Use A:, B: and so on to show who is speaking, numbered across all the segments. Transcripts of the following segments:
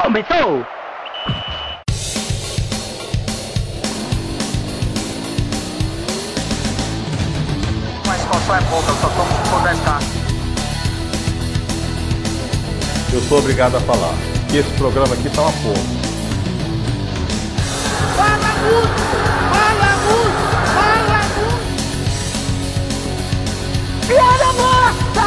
A: Começou!
B: Mas qual só é pouca, eu só tomo se for 10k.
C: Eu sou obrigado a falar que esse programa aqui tá uma porra.
D: Fala muito! Fala muito! Fala muito! Piada morta!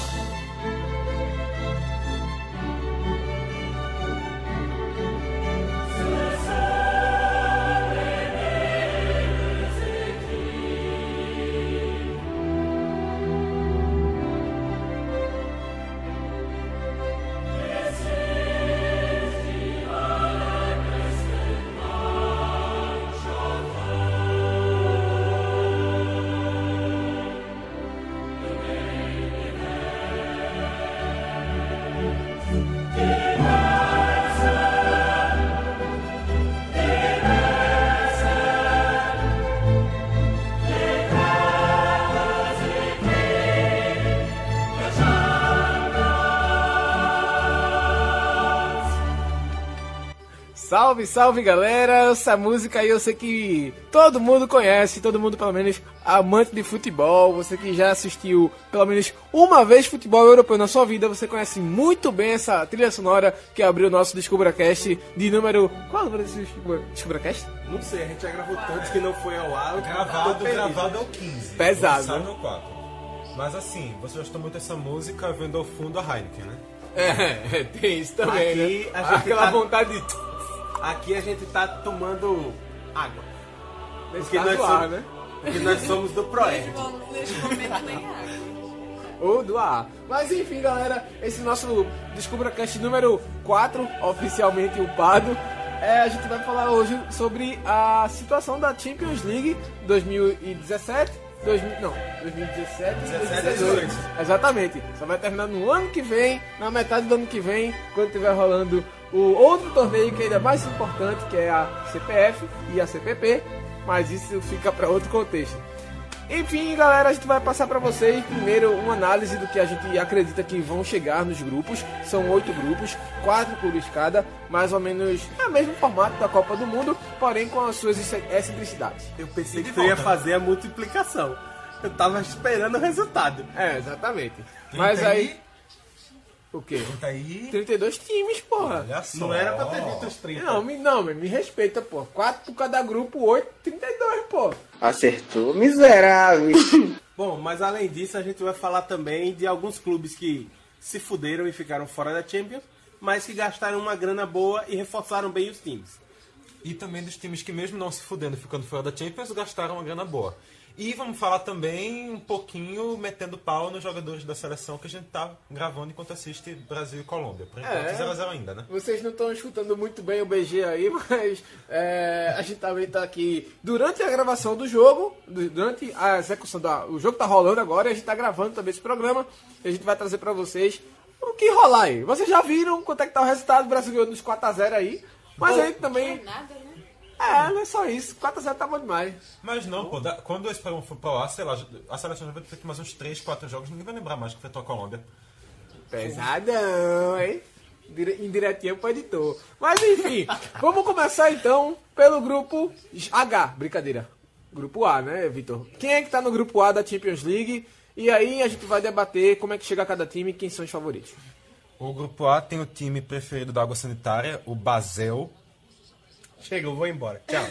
E: Salve, salve galera! Essa música aí eu sei que todo mundo conhece, todo mundo, pelo menos, amante de futebol. Você que já assistiu pelo menos uma vez futebol europeu na sua vida, você conhece muito bem essa trilha sonora que abriu o nosso DescubraCast de número. Qual é o número desse Descubra- DescubraCast?
F: Não sei, a gente já gravou tanto que não foi ao ar. eu tô-
G: Gravado,
F: tô perdido.
G: gravado é o 15.
E: Pesado,
G: Lançado
E: né?
G: é o 4. Mas assim, você já muito essa música vendo ao fundo a Heineken, né?
E: É, tem isso também, né?
F: Aqui a gente
E: Aquela
F: tá-
E: vontade de.
F: Aqui a gente tá tomando água.
E: Nesse
F: Porque é
E: caso,
F: nós
E: ar,
F: somos,
E: né?
F: porque nós somos do Proerd.
E: ou do A. Mas enfim, galera, esse é nosso DescubraCast número 4, oficialmente upado, é, a gente vai falar hoje sobre a situação da Champions League 2017. 2000, não, 2017
G: 17,
E: 2018. Exatamente. Só vai terminar no ano que vem, na metade do ano que vem, quando estiver rolando o outro torneio que ainda é mais importante, que é a CPF e a CPP, mas isso fica para outro contexto. Enfim, galera, a gente vai passar pra vocês primeiro uma análise do que a gente acredita que vão chegar nos grupos. São oito grupos, quatro clubes cada, mais ou menos é o mesmo formato da Copa do Mundo, porém com as suas excentricidades.
F: Eu pensei
G: E de
F: que tu ia
G: volta.
F: fazer a multiplicação. Eu tava esperando o resultado.
E: É, exatamente. Mas aí. O quê?
G: Tá aí.
E: 32 times, porra.
G: Olha só.
F: Não era pra ter dito os 30.
E: Não, me, não, me me respeita, pô. 4 por cada grupo, 8, 32, pô.
H: Acertou, miserável.
F: Bom, mas além disso, a gente vai falar também de alguns clubes que se fuderam e ficaram fora da Champions, mas que gastaram uma grana boa e reforçaram bem os times.
G: E também dos times que, mesmo não se fudendo e ficando fora da Champions, gastaram uma grana boa. E vamos falar também um pouquinho metendo pau nos jogadores da seleção que a gente tá gravando enquanto assiste Brasil e Colômbia. Por enquanto,
E: É.
G: 0x0 ainda, né?
E: Vocês não estão escutando muito bem o BG aí, mas é, a gente também tá aqui durante a gravação do jogo, du- durante a execução da. O jogo tá rolando agora e a gente tá gravando também esse programa. E a gente vai trazer pra vocês o que rolar aí. Vocês já viram quanto é que tá o resultado, o Brasil ganhou nos 4x0 aí. Mas aí também.
D: Nada, né?
E: É, não é só isso. 4x0 tá bom demais.
G: Mas não, pô, da- quando esse programa for pro ar, sei lá, a seleção já vai ter feito mais uns 3, 4 jogos, ninguém vai lembrar mais que foi a Colômbia.
E: Pesadão, hein? Dire- Indiretinha pro editor. Mas enfim, vamos começar então pelo grupo H. Brincadeira. Grupo A, né, Vitor? Quem é que tá no grupo A da Champions League? E aí a gente vai debater como é que chega cada time e quem são os favoritos.
G: O grupo A tem o time preferido da água sanitária, o Basel.
F: Chega, eu vou embora. Tchau.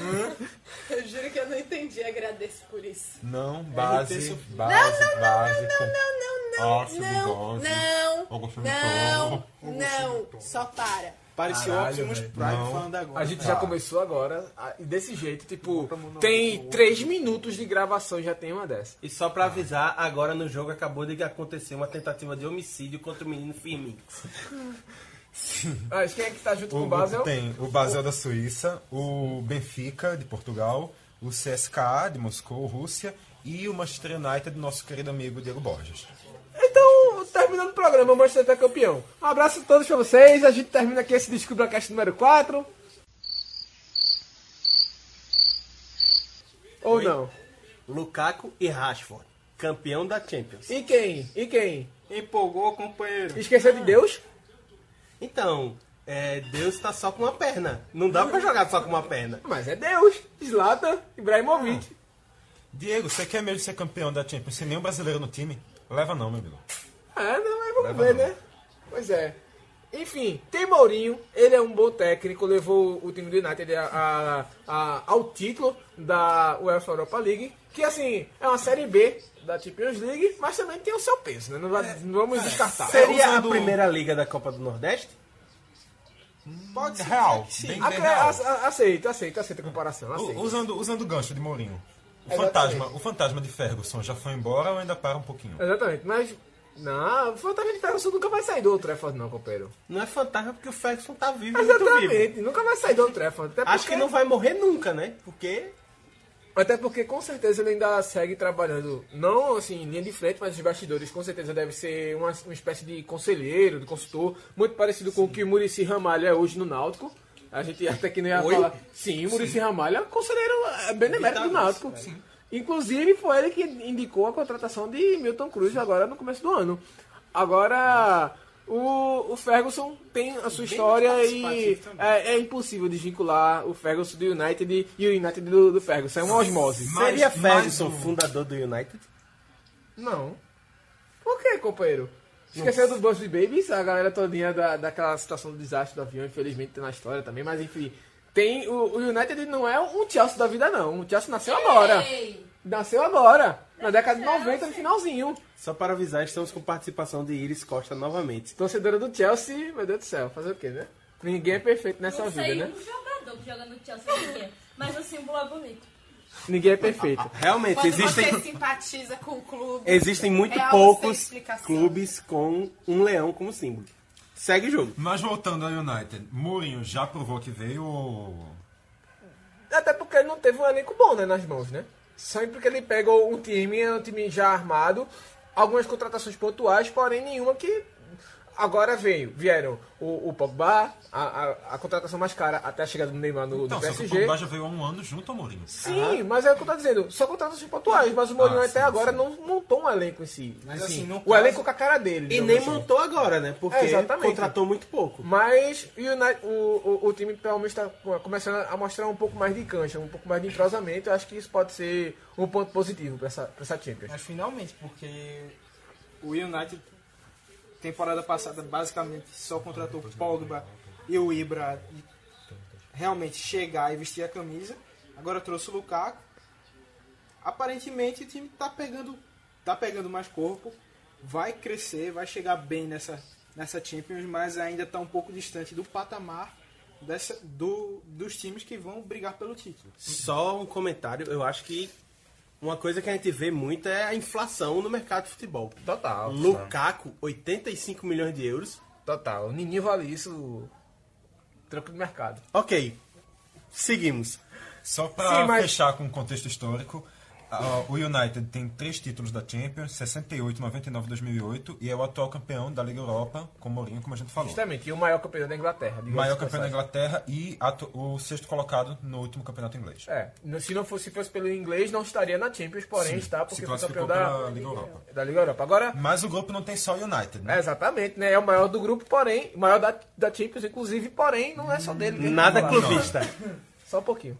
I: Eu juro que eu não entendi, agradeço por isso.
G: Não, base, base,
I: não,
G: base.
I: Não, não, não,
F: Ah, é
G: Óxido,
I: não,
G: dose.
I: não,
G: Augusto
I: não,
G: Mittal.
I: não, só para.
F: Parecia o Optimus Prime falando agora.
E: A gente já começou agora a- e desse jeito, tipo, tem três minutos de gravação já tem uma dessa.
F: E só pra avisar, agora no jogo acabou de acontecer uma tentativa de homicídio contra o menino Firmin.
E: Mas quem é que tá junto com
G: O
E: o
G: grupo
E: Basel?
G: um tem o Basel da Suíça, o Benfica de Portugal, o CSKA de Moscou, Rússia e o Manchester United do nosso querido amigo Diego Borges.
E: Então, terminando o programa, o Manchester tá campeão. Um abraço a todos pra vocês. A gente termina aqui esse DescubraCast número 4. Ou não?
F: Lukaku e Rashford. Campeão da Champions.
E: E quem? E quem?
F: Empolgou, companheiro.
E: Esqueceu de Deus?
F: Então, é, Deus tá só com uma perna. Não dá pra jogar só com uma perna.
E: Mas é Deus. Zlatan Ibrahimovic.
G: Diego, você quer mesmo ser campeão da Champions sem nenhum brasileiro no time? Leva não, meu amigo.
E: Ah, não, mas vamos
G: Leva
E: ver,
G: não.
E: né? Pois é. Enfim, tem Mourinho, ele é um bom técnico, levou o time do United a- a- a- ao título da UEFA Europa League, que assim, é uma série B da Champions League, mas também tem o seu peso, né? Não, vai- não vamos descartar.
F: É. Seria a
G: usando-
F: primeira liga da Copa do Nordeste?
G: Pode ser. Real.
F: assim, né?
G: Bem, bem
E: Acre-
G: real.
E: ace- a- Aceita, aceita, aceita a comparação,
G: U-
E: aceita.
G: Usando, usando o gancho de Mourinho. O
E: Exatamente.
G: fantasma, o fantasma de Ferguson já foi embora ou ainda para um pouquinho?
E: Exatamente, mas. Não, o fantasma de Ferguson nunca vai sair do Old Trafford, não, companheiro.
F: Não é fantasma porque o Ferguson tá vivo e muito vivo.
E: Exatamente, nunca vai sair do Old Trafford. até
F: Acho
E: porque-
F: que não vai morrer nunca, né? Porque
E: Até porque com certeza ele ainda segue trabalhando, não assim, em linha de frente, mas os bastidores com certeza deve ser uma, uma espécie de conselheiro, de consultor, muito parecido com o que o Murici Ramalho é hoje no Náutico. A gente até que não ia falar. Sim, o Murici Ramalho é conselheiro é, benemérito do Náutico. Inclusive foi ele que indicou a contratação de Milton Cruz agora no começo do ano. Agora. O, o Ferguson tem a sua história e é, é impossível desvincular o Ferguson do United e o United do, do Ferguson. É uma osmose.
G: Mas-
F: seria
G: mas
F: Ferguson
G: o-
F: fundador do United?
E: Não. Por que, companheiro? Esqueceu do Bush Babies, a galera todinha da, daquela situação do desastre do avião, infelizmente tem na história também, mas enfim. Tem, o, o United não é um Chelsea da vida, não. O Chelsea nasceu agora.
I: Ei!
E: Nasceu agora. Na década de 90, no finalzinho.
F: Só para avisar, estamos com participação de Iris Costa novamente.
E: Torcedora do Chelsea, meu Deus do céu, fazer o quê, né? Ninguém é perfeito nessa
A: não sei
E: vida, né?
A: um jogador que joga no Chelsea, ninguém. mas o símbolo é bonito.
E: Ninguém é perfeito.
F: Realmente,
I: Quando
F: existem,
I: você simpatiza com o clube.
F: existem muito
I: É algo sem
F: poucos
I: explicação.
F: clubes com um leão como símbolo. Segue o jogo.
G: Mas voltando ao United, Mourinho já provou que veio ou...
E: Até porque ele não teve um elenco bom né, nas mãos, né? Sempre que ele pega um time, é um time já armado, algumas contratações pontuais, porém nenhuma que agora veio. Vieram o, o Pogba, a, a, a contratação mais cara até a chegada do Neymar no,
G: Então,
E: no
G: só que o
E: PSG.
G: Pogba já veio há um ano junto ao Mourinho.
E: Sim, mas é o que eu tô dizendo, só contratações pontuais, mas o Mourinho
G: Ah,
E: até
G: sim,
E: agora
G: sim.
E: não montou um elenco em si.
F: Mas,
E: Assim,
F: assim, no
E: o
F: caso-
E: elenco com a cara dele.
F: E
E: digamos
F: nem
E: assim.
F: montou agora, né? Porque
E: É, exatamente.
F: contratou muito pouco.
E: Mas o, Uni- o, o, o time pelo menos está começando a mostrar um pouco mais de cancha, um pouco mais de entrosamento. Eu acho que isso pode ser um ponto positivo para essa, pra essa Champions.
J: Mas finalmente, porque o United, temporada passada, basicamente só contratou o Pogba e o Ibra e realmente chegar e vestir a camisa. Agora trouxe o Lukaku. Aparentemente o time tá pegando, tá pegando mais corpo, vai crescer, vai chegar bem nessa, nessa Champions, mas ainda está um pouco distante do patamar dessa, do, dos times que vão brigar pelo título.
F: Só um comentário, eu acho que uma coisa que a gente vê muito é a inflação no mercado de futebol.
E: Total.
F: Lukaku, 85 milhões de euros.
E: Total. O Ninho vale isso. Tranco do mercado.
F: Ok, seguimos.
G: Só
E: Sim,
G: para
E: mas-
G: fechar com o contexto histórico, a- o United tem três títulos da Champions, 68, 99 2008, e é o atual campeão da Liga Europa, com o Mourinho, como a gente falou.
E: Justamente. E o maior campeão da Inglaterra. digamos
G: Maior
E: assim,
G: campeão da
E: passagem.
G: Inglaterra e atu- o sexto colocado no último campeonato inglês.
E: É. No- Se não fosse, se fosse pelo inglês, não estaria na Champions, porém
G: Sim,
E: está
G: se
E: porque foi
G: classificou
E: campeão
G: para
E: da,
G: a Liga Europa.
E: da Liga Europa. Agora,
G: Mas o grupo não tem só o United,
E: é,
G: né?
E: exatamente, né? É o maior do grupo, porém, maior da, da Champions, inclusive, porém, não é só dele. que a gente
F: Nada
E: vai falar.
F: clubista.
E: Só um pouquinho.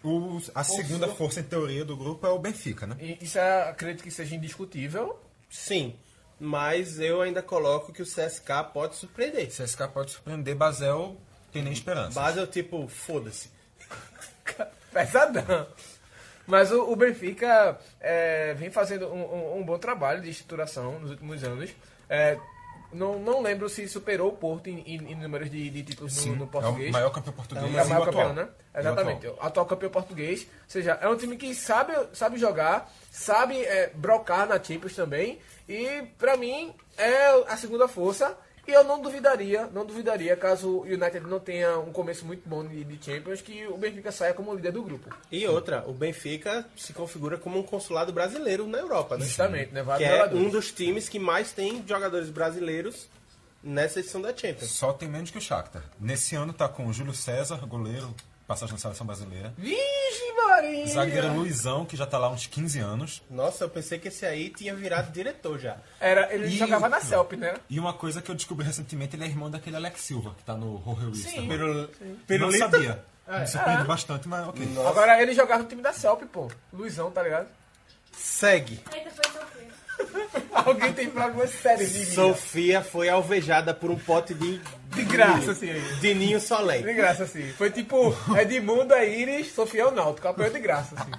G: O- a segunda força, em teoria, do grupo é o Benfica, né?
E: E Isso é, acredito que seja indiscutível.
F: Sim, mas eu ainda coloco que o CSK pode surpreender.
G: O CSK pode surpreender, Basel tem nem esperança.
F: Basel, tipo, foda-se.
E: Pesadão. Mas o, o Benfica é, vem fazendo um, um- um bom trabalho de estruturação nos últimos anos. É, não, não lembro se superou o Porto em, em- em números de, de títulos no-
G: Sim,
E: no,
G: é
E: português.
G: o maior campeão português.
E: É o maior
G: e o
E: campeão,
G: atual.
E: né?
G: E o
E: Exatamente.
G: atual.
E: O atual campeão português. Ou seja, é um time que sabe, sabe jogar, sabe é, brocar na Champions também. E, pra mim, é a segunda força. E eu não duvidaria, não duvidaria, caso o United não tenha um começo muito bom de, de Champions, que o Benfica saia como líder do grupo.
F: E outra, o Benfica se configura como um consulado brasileiro na Europa, né?
E: Justamente, né?
F: Que
E: Vários
F: é
E: jogadores.
F: um dos times que mais tem jogadores brasileiros nessa edição da Champions.
G: Só tem menos que o Shakhtar. Nesse ano tá com o Júlio César, goleiro, passagem na seleção brasileira.
E: Vixe, Maria!
G: Zagueiro Luizão, que já tá lá há uns 15 anos.
F: Nossa, eu pensei que esse aí tinha virado diretor já.
E: Era, ele
G: E-
E: jogava na Celp, né?
G: E uma coisa que eu descobri recentemente, ele é irmão daquele Alex Silva, que tá no Horror Sim.
F: Pelo,
G: Não
F: Pirulito?
G: sabia.
E: É.
G: Me surpreendi bastante, mas ok.
E: Agora ele jogava no time da Celp, pô. Luizão, tá ligado?
F: Segue.
A: Eita, foi só o quê?
E: Alguém tem problemas sérios de vida.
F: Sofia foi alvejada por um pote de,
E: De graça, assim. aí.
F: de ninho
E: De
F: solé.
E: graça, assim. Foi tipo Edmundo, a Iris, Sofia e o Náutico. Apoiou de graça, assim.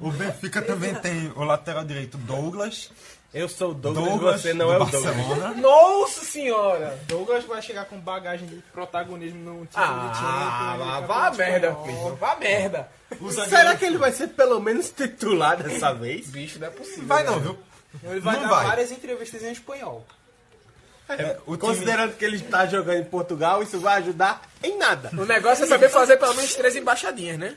G: O Benfica também tem o lateral direito Douglas.
F: Eu sou o Douglas,
G: Douglas,
F: você não
G: do
F: é o Douglas.
G: Barcelona.
E: Nossa senhora!
J: Douglas vai chegar com bagagem de protagonismo no título de
E: Ah,
J: Champions.
E: vá,
J: ele
E: vá a
J: vai
E: merda,
J: continuar.
E: filho. Vá a merda.
G: O zagueiro-
F: Será que ele vai ser pelo menos titular dessa vez?
E: Bicho, não é possível.
G: Vai não, viu?
J: Ele vai
G: Não
J: dar
G: vai.
J: várias entrevistas em espanhol.
G: É, o time...
F: Considerando que ele está jogando em Portugal, isso vai ajudar em nada.
E: O negócio é saber fazer pelo menos três embaixadinhas, né?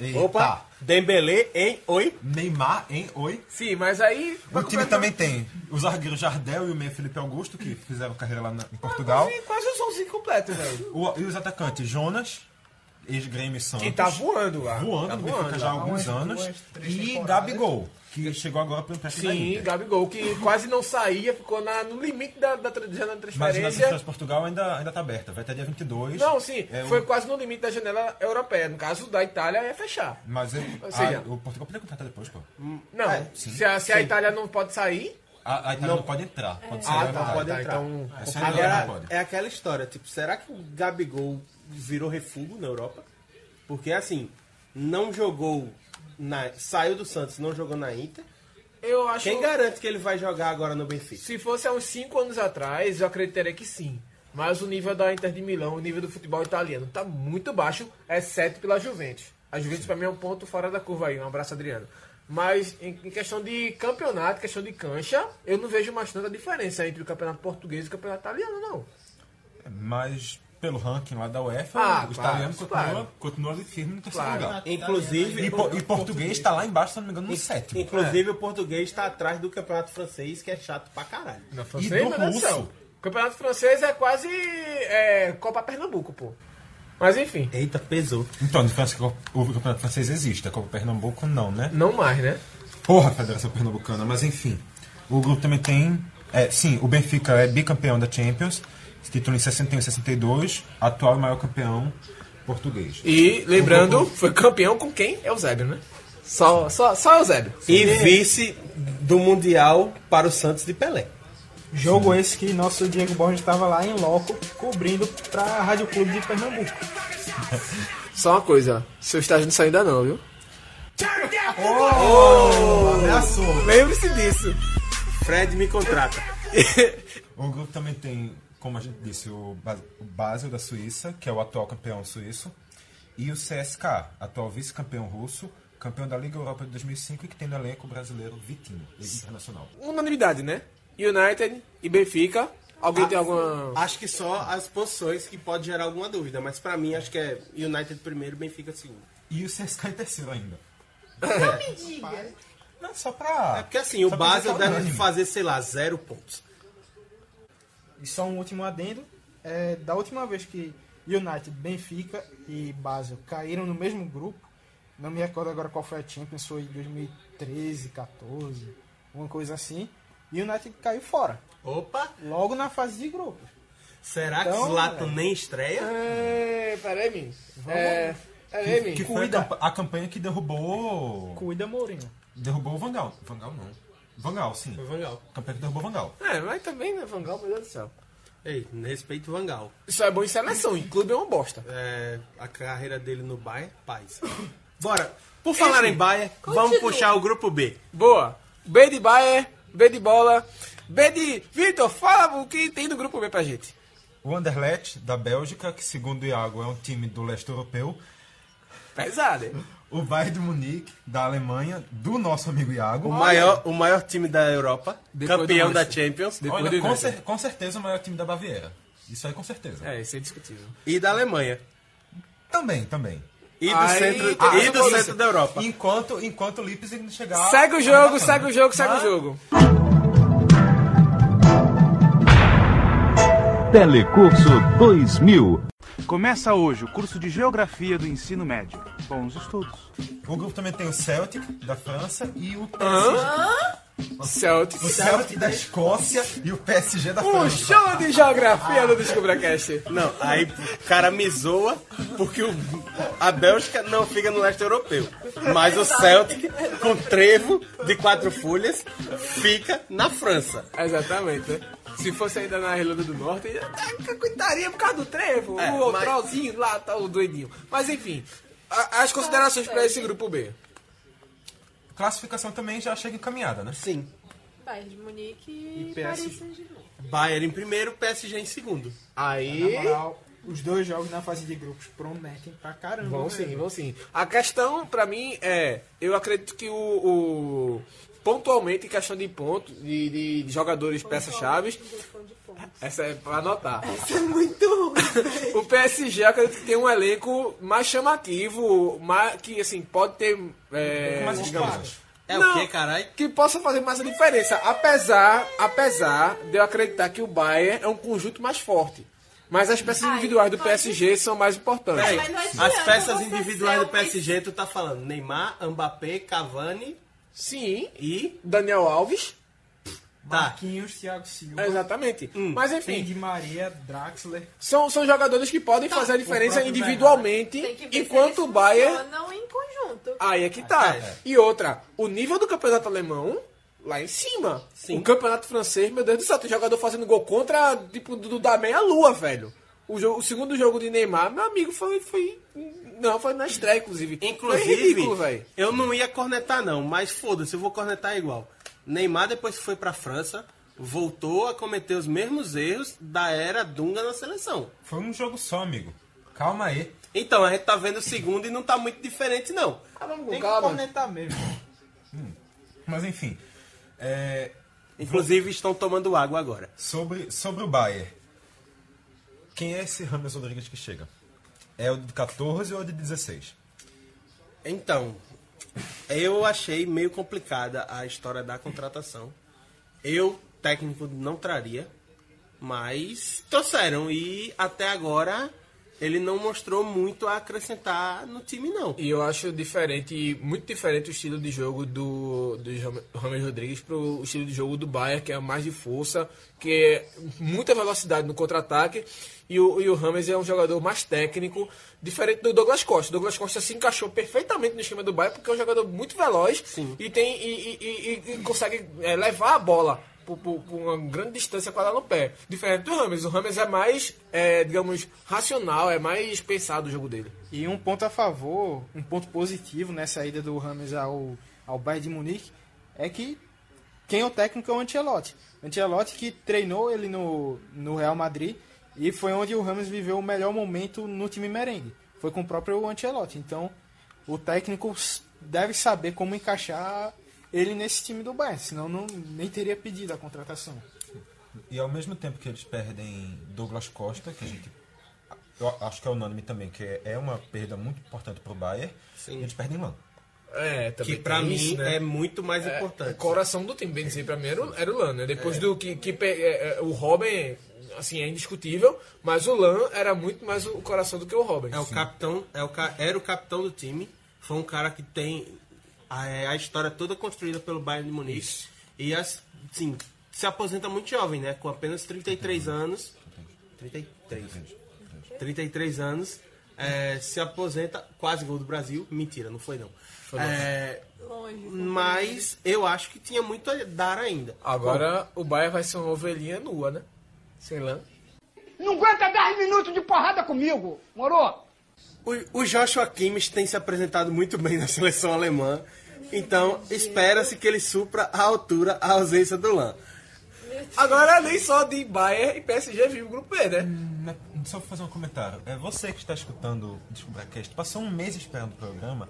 G: Eita.
F: Opa, Dembele em oi.
G: Neymar, hein? Oi?
E: Sim, mas aí.
G: O time tá também tem o zagueiro Jardel e o meio Felipe Augusto, que fizeram carreira lá na- em Portugal.
E: Sim, quase os 11 completos, velho.
G: O- e os atacantes Jonas, ex-Grêmio e Santos.
E: Que tá voando lá.
G: voando
E: tá
G: no Benfica já há alguns anos. e Gabigol, que chegou agora pelo empréstimo da
E: Sim,
G: Inter.
E: Gabigol, que quase não saía, ficou na- no limite da, da, tra- janela de
G: Mas a
E: transferência.
G: janela de Portugal ainda, ainda tá aberta, vai até dia 22.
E: Não, sim,
G: É, o-
F: um-
E: foi quase no limite da janela europeia. No caso da Itália, ia fechar.
G: Mas ele-
E: Ou seja-
G: a- o Portugal podia contratar depois, pô.
E: Não,
F: É,
E: se, a, se a Itália não pode sair,
G: A, a Itália não, pode entrar. Pode ser
F: Ah,
G: não
F: tá, pode
E: tá,
F: entrar.
E: então.
G: É só
F: Agora,
G: não pode.
F: é aquela história, tipo, será que o Gabigol virou refúgio na Europa? Porque, assim, não jogou, na, saiu do Santos, não jogou na Inter.
E: Eu acho
F: Quem garante que ele vai jogar agora no Benfica?
E: Se fosse há uns 5 anos atrás, eu acreditaria que sim. Mas o nível da Inter de Milão, o nível do futebol italiano, tá muito baixo, exceto pela Juventus. A Juventus, pra mim, é um ponto fora da curva aí. Um abraço, Adriano. Mas em em questão de campeonato, questão de cancha, eu não vejo mais tanta diferença entre o campeonato português e o campeonato italiano, não.
G: Mas pelo ranking lá da UEFA,
E: Ah, claro,
G: o italiano continua,
E: claro.
G: continua ali firme no terceiro
E: Claro.
G: lugar.
F: Inclusive,
G: E, po- e português tá lá embaixo, se não me engano, no sétimo.
F: inclusive o português está atrás do campeonato francês, que é chato pra caralho.
E: Na
G: E do
E: francês, meu Deus do
G: russo?
E: céu. O campeonato francês é quase é, Copa Pernambuco, pô. Mas enfim,
F: Eita, pesou.
G: Então, a diferença é que o o campeonato francês existe, a Copa Pernambuco não, né?
E: não mais, né?
G: Porra, Federação Pernambucana, mas enfim. O grupo também tem. é, sim, o Benfica é bicampeão da Champions, esse título em 61 e 62, atual e maior campeão português.
E: E,
G: Uhum.
E: lembrando, foi campeão com quem? Eusébio, né? Só, só, só Eusébio.
F: E vice do Mundial para o Santos de Pelé.
J: Jogo esse que nosso Diego Borges estava lá em loco, cobrindo pra Rádio Clube de Pernambuco.
E: Só uma coisa, seu estágio não saiu ainda não, viu? Lembre-se disso.
F: Fred me contrata.
G: O grupo também tem, como a gente disse, o Bas- o Basel da Suíça, que é o atual campeão suíço, e o CSK, atual vice-campeão russo, campeão da Liga Europa de 2005 e que tem no elenco brasileiro Vitinho, internacional.
E: Unanimidade, né? United e Benfica. Alguém
G: Ah,
E: tem alguma...
F: Acho que só as posições que pode gerar alguma dúvida, mas pra mim acho que é United primeiro, Benfica segundo.
G: E o CSK em terceiro ainda.
I: Me diga.
G: Não, só pra.
F: É porque assim, o
G: Só pra
F: Basel
G: dizer que é
F: deve
G: unânime.
F: fazer, sei lá, zero pontos.
J: E só um último adendo, é, da última vez que United, Benfica e Basel caíram no mesmo grupo, não me recordo agora qual foi a Champions, foi em 2013, 14, uma coisa assim, United caiu fora,
F: Opa!
J: logo na fase de grupo.
F: Será que
J: Então,
F: Zlatan
J: velho.
F: nem estreia?
E: É, peraí, menino. É... Peraí,
G: Que
E: menino.
G: foi a
J: Cuida.
G: campa- a campanha que derrubou.
J: Cuida, Mourinho.
G: Derrubou o Vangal. Vangal não. Vangal, sim.
F: O Vangal.
G: Campeão que derrubou o Vangal.
E: É, mas também, né, Vangal, meu Deus do céu.
F: Ei, respeito o Vangal.
E: Isso é bom em seleção, em clube é uma bosta.
F: É, a carreira dele no Bayern, paz. Bora. Por falar em Bayern, vamos
I: Continua.
F: puxar o grupo B.
E: Boa. B de Bayer, B de bola, B de... Vitor, fala o que tem do grupo B pra gente.
G: O Anderlecht, da Bélgica, que segundo o Iago é um time do leste europeu.
E: Pesado, hein?
G: O Bayern de Munique, da Alemanha, do nosso amigo Iago.
F: O maior, É o maior time da Europa,
E: Depois
F: campeão
E: do
F: da
E: Manchester.
F: Champions
E: Depois-
G: Olha,
E: do
G: com,
E: United.
G: cer- com certeza o maior time da Baviera. Isso aí com certeza.
E: É, isso é indiscutível.
F: e da Alemanha.
G: Também, também.
F: E do
E: Aí,
F: centro,
E: ah,
F: e do
E: isso.
F: centro da Europa.
G: Enquanto, enquanto o Leipzig não chegar...
E: Segue o
G: tá
E: jogo,
G: bacana.
E: segue o jogo, segue o
G: Mas-
E: jogo.
C: Telecurso 2000.
K: Começa hoje o curso de Geografia do Ensino Médio. Bons estudos.
G: O grupo também tem o Celtic, da França, e o
E: Hã?
G: PSG.
E: Celtic.
G: O Celtic da Escócia e o PSG da
E: Um
G: França.
E: show de geografia do DescubraCast.
F: Não, aí o cara me zoa porque o, a Bélgica não fica no leste europeu. Mas o Celtic, com trevo de quatro folhas, fica na França.
E: Exatamente, né? Se fosse ainda na Irlanda do Norte, ia tá, coitaria por causa do trevo,
F: É,
E: o
F: mas-
E: outrolzinho lá, tá o doidinho. Mas enfim, a- as considerações pra esse grupo B.
G: Classificação também já chega encaminhada, né?
F: Sim.
I: Bayern de Munique e,
F: E
I: Paris
F: PSG.
I: Saint-Germain.
F: Bayern em primeiro, PSG em segundo.
J: Aí. Na moral, os dois jogos na fase de grupos prometem pra caramba.
E: Vão
J: né?
E: sim, vão sim. A questão pra mim é, eu acredito que o, o- pontualmente em questão de ponto, de, de- de jogadores peças-chaves, essa é pra anotar.
D: É muito.
E: o PSG eu acredito que tem um elenco mais chamativo, mais, que assim, pode ter. É,
F: Um pouco mais
G: assim.
F: espaço. É o quê, caralho?
E: Que possa fazer mais a diferença. Apesar, apesar de eu acreditar que o Bayern é um conjunto mais forte. Mas as peças individuais do PSG são mais importantes.
F: Peraí, as peças individuais do PSG, tu tá falando Neymar, Mbappé, Cavani.
E: Sim.
F: E
E: Daniel Alves.
F: Tá.
J: Marquinhos, Thiago
G: Hum. É,
J: Silva.
E: Exatamente. Mas enfim.
J: Tem de Maria, Draxler.
E: São, são jogadores que podem fazer a
J: o
E: diferença
J: próprio
E: individualmente, enquanto o Bayern.
I: Não em conjunto.
E: Aí é que tá.
I: É.
E: E outra, o nível do campeonato alemão, lá em cima. O campeonato francês, meu Deus do céu, tem jogador fazendo gol contra, tipo, do, da meia-lua, velho. O, jogo, o segundo jogo de Neymar, meu amigo, foi. foi não, foi na estreia, inclusive. foi
F: Inclusive,
E: ridículo, velho.
F: eu não ia cornetar, não, mas foda-se, eu vou cornetar igual. Neymar, depois que foi pra França, voltou a cometer os mesmos erros da era Dunga na seleção.
G: Foi um jogo só, amigo. Calma aí.
F: Então, a gente tá vendo o segundo e não tá muito diferente, não.
J: Tem que
F: calma.
J: cornetar mesmo.
G: Mas enfim. é,
F: Inclusive, estão tomando água agora.
G: Sobre, sobre o Bayern. Quem é esse Ramos Rodrigues que chega? É o de 14 ou o de 16?
F: Então, eu achei meio complicada a história da contratação. Eu, técnico, não traria, mas trouxeram e até agora ele não mostrou muito a acrescentar no time, não.
E: E eu acho diferente, muito diferente o estilo de jogo do, do Jame- James Rodrigues pro estilo de jogo do Bayern, que é mais de força, que é muita velocidade no contra-ataque. E o, e o James é um jogador mais técnico, diferente do Douglas Costa. O Douglas Costa se encaixou perfeitamente no esquema do Bayern, porque é um jogador muito veloz e, tem, e, e- e- e consegue é, levar a bola por, por- por uma grande distância com ela no pé. Diferente do Rames. O Rames é mais, é, digamos, racional, é mais pensado o jogo dele.
J: E um ponto a favor, um ponto positivo nessa ida do Ramos ao, ao Bayern de Munique é que quem é o técnico é o Ancelotti. Ancelotti que treinou ele no, no Real Madrid e foi onde o Ramos viveu o melhor momento no time merengue. Foi com o próprio Ancelotti. Então, o técnico s- deve saber como encaixar ele nesse time do Bayern, senão não, nem teria pedido a contratação.
G: E ao mesmo tempo que eles perdem Douglas Costa, que a gente. Eu acho que é unânime também, que é uma perda muito importante pro Bayern, eles perdem Lan.
E: É, também
G: Que pra
E: tem
G: mim
E: isso, né?
G: é muito mais
E: É,
G: importante.
E: O coração do time, bem dizer, pra mim era, o- era o Lan, né? Depois do que, que pe- é, é, o Robin, assim, é indiscutível, mas o Lan era muito mais o coração do que o Robin.
F: É o capitão, é o, ca- era o capitão do time. Foi um cara que tem a, é, a história toda construída pelo Bayern de Munique. E assim, se aposenta muito jovem, né? Com apenas 33 anos. 33. 33 anos. é, se aposenta, quase gol do Brasil. Mentira, não foi não. É, mas eu acho que tinha muito a dar ainda.
E: Agora o Bayern vai ser uma ovelhinha nua, né? Sem Lan.
D: Não aguenta 10 minutos de porrada comigo, moro?
F: O, o Joshua Kimmich tem se apresentado muito bem na seleção alemã. Então, espera-se que ele supra à altura a ausência do Lan.
E: Agora nem só de Bayern e PSG vive o grupo B, né?
G: Né, Só pra fazer um comentário. É você que está escutando o DescubraCast, passou um mês esperando o programa.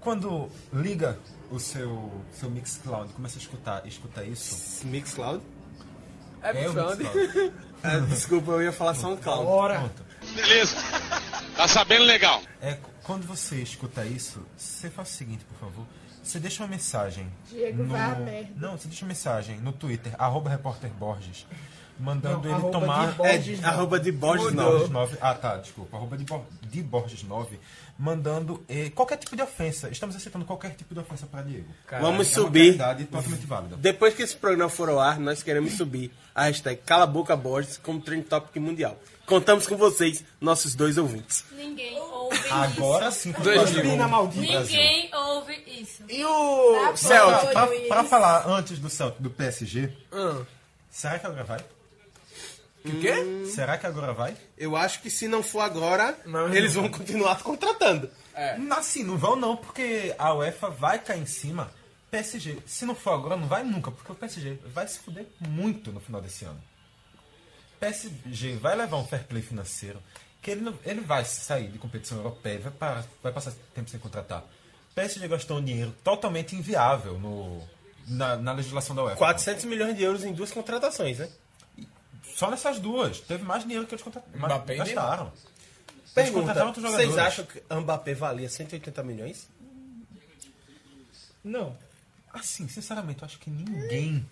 G: Quando liga o seu, seu Mixcloud, começa a escutar, escuta isso.
F: Mixcloud?
E: É,
G: o
E: Mixcloud.
G: Mixcloud.
F: Ah, desculpa, eu ia falar um SoundCloud.
G: Bora.
L: Beleza. Tá sabendo legal.
G: É, c- quando você escuta isso, você faz o seguinte, por favor. Você deixa uma mensagem.
I: Diego,
G: no...
I: vá à merda.
G: Não, você deixa uma mensagem no Twitter, arroba repórter Borges, mandando
J: Não,
G: ele
J: arroba
G: tomar.
J: de Borges
G: É,
J: nove.
G: arroba de Borges
J: Mudou.
F: é
G: 9. Ah, tá, desculpa. Arroba de, Bor- de Borges 9, mandando eh, qualquer tipo de ofensa. Estamos aceitando qualquer tipo de ofensa para Diego.
F: Vamos
G: é uma
F: subir.
G: caridade totalmente válida.
F: Depois que esse programa for ao ar, nós queremos subir a hashtag Cala a Boca Borges como trend topic mundial. Contamos com vocês, nossos dois ouvintes.
A: Ninguém ouve
G: Agora
A: isso.
G: sim,
F: Dois
G: Brasil.
F: mil. Pina maldita.
A: Ninguém ouve isso.
J: E
I: Tá
J: o
G: Pra-
M: tá
G: pra- Pra falar antes do Celtic, do PSG,
F: Ah.
G: será que agora vai?
F: O quê?
G: Será que agora vai?
F: Eu acho que se não for agora, eles vão continuar contratando. É.
G: Não, Assim, não vão não, porque a UEFA vai cair em cima. PSG, se não for agora, não vai nunca, porque o PSG vai se fuder muito no final desse ano. PSG vai levar um fair play financeiro, que ele, não- ele vai sair de competição europeia, vai, parar- vai passar tempo sem contratar. PSG gastou um dinheiro totalmente inviável no, na, na legislação da UEFA.
F: 400 milhões de euros em duas contratações, né?
G: Só nessas duas. Teve mais dinheiro que eles contra- mais-
F: Mbappé e
G: gastaram.
F: Neymar.
G: Eles contrataram
F: Pergunta,
G: outros
F: vocês
G: jogadores.
F: acham que Mbappé valia 180 milhões?
G: Não. Assim, sinceramente, eu acho que ninguém.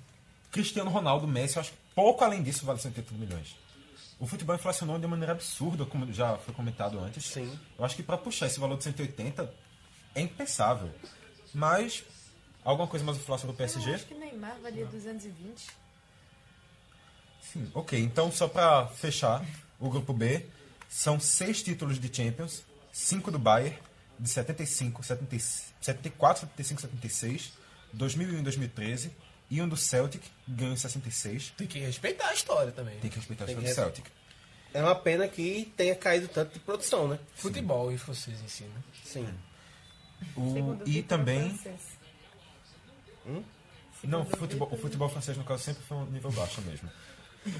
G: Cristiano Ronaldo, Messi, eu acho que pouco além disso vale 180 milhões. O futebol inflacionou de maneira absurda, como já foi comentado antes. Sim. Eu acho que para puxar esse valor de 180 é impensável. Mas alguma coisa mais inflação do PSG?
M: Acho que Neymar valia 220.
G: Sim. Ok, então só para fechar o grupo B, são seis títulos de Champions, cinco do Bayern, de 75, 70, 74, 75, 76, 2001 e 2013, e um do Celtic, ganho em 66.
F: Tem que respeitar a história também.
G: Tem que respeitar a
F: Tem
G: história do
F: que respeitar.
G: Celtic.
F: É uma pena que tenha caído tanto de produção, né?
N: Futebol e vocês ensinam.
F: Sim.
G: O, e também...
F: Hum?
G: Não, futebol, o futebol francês, no caso, sempre foi um nível baixo mesmo.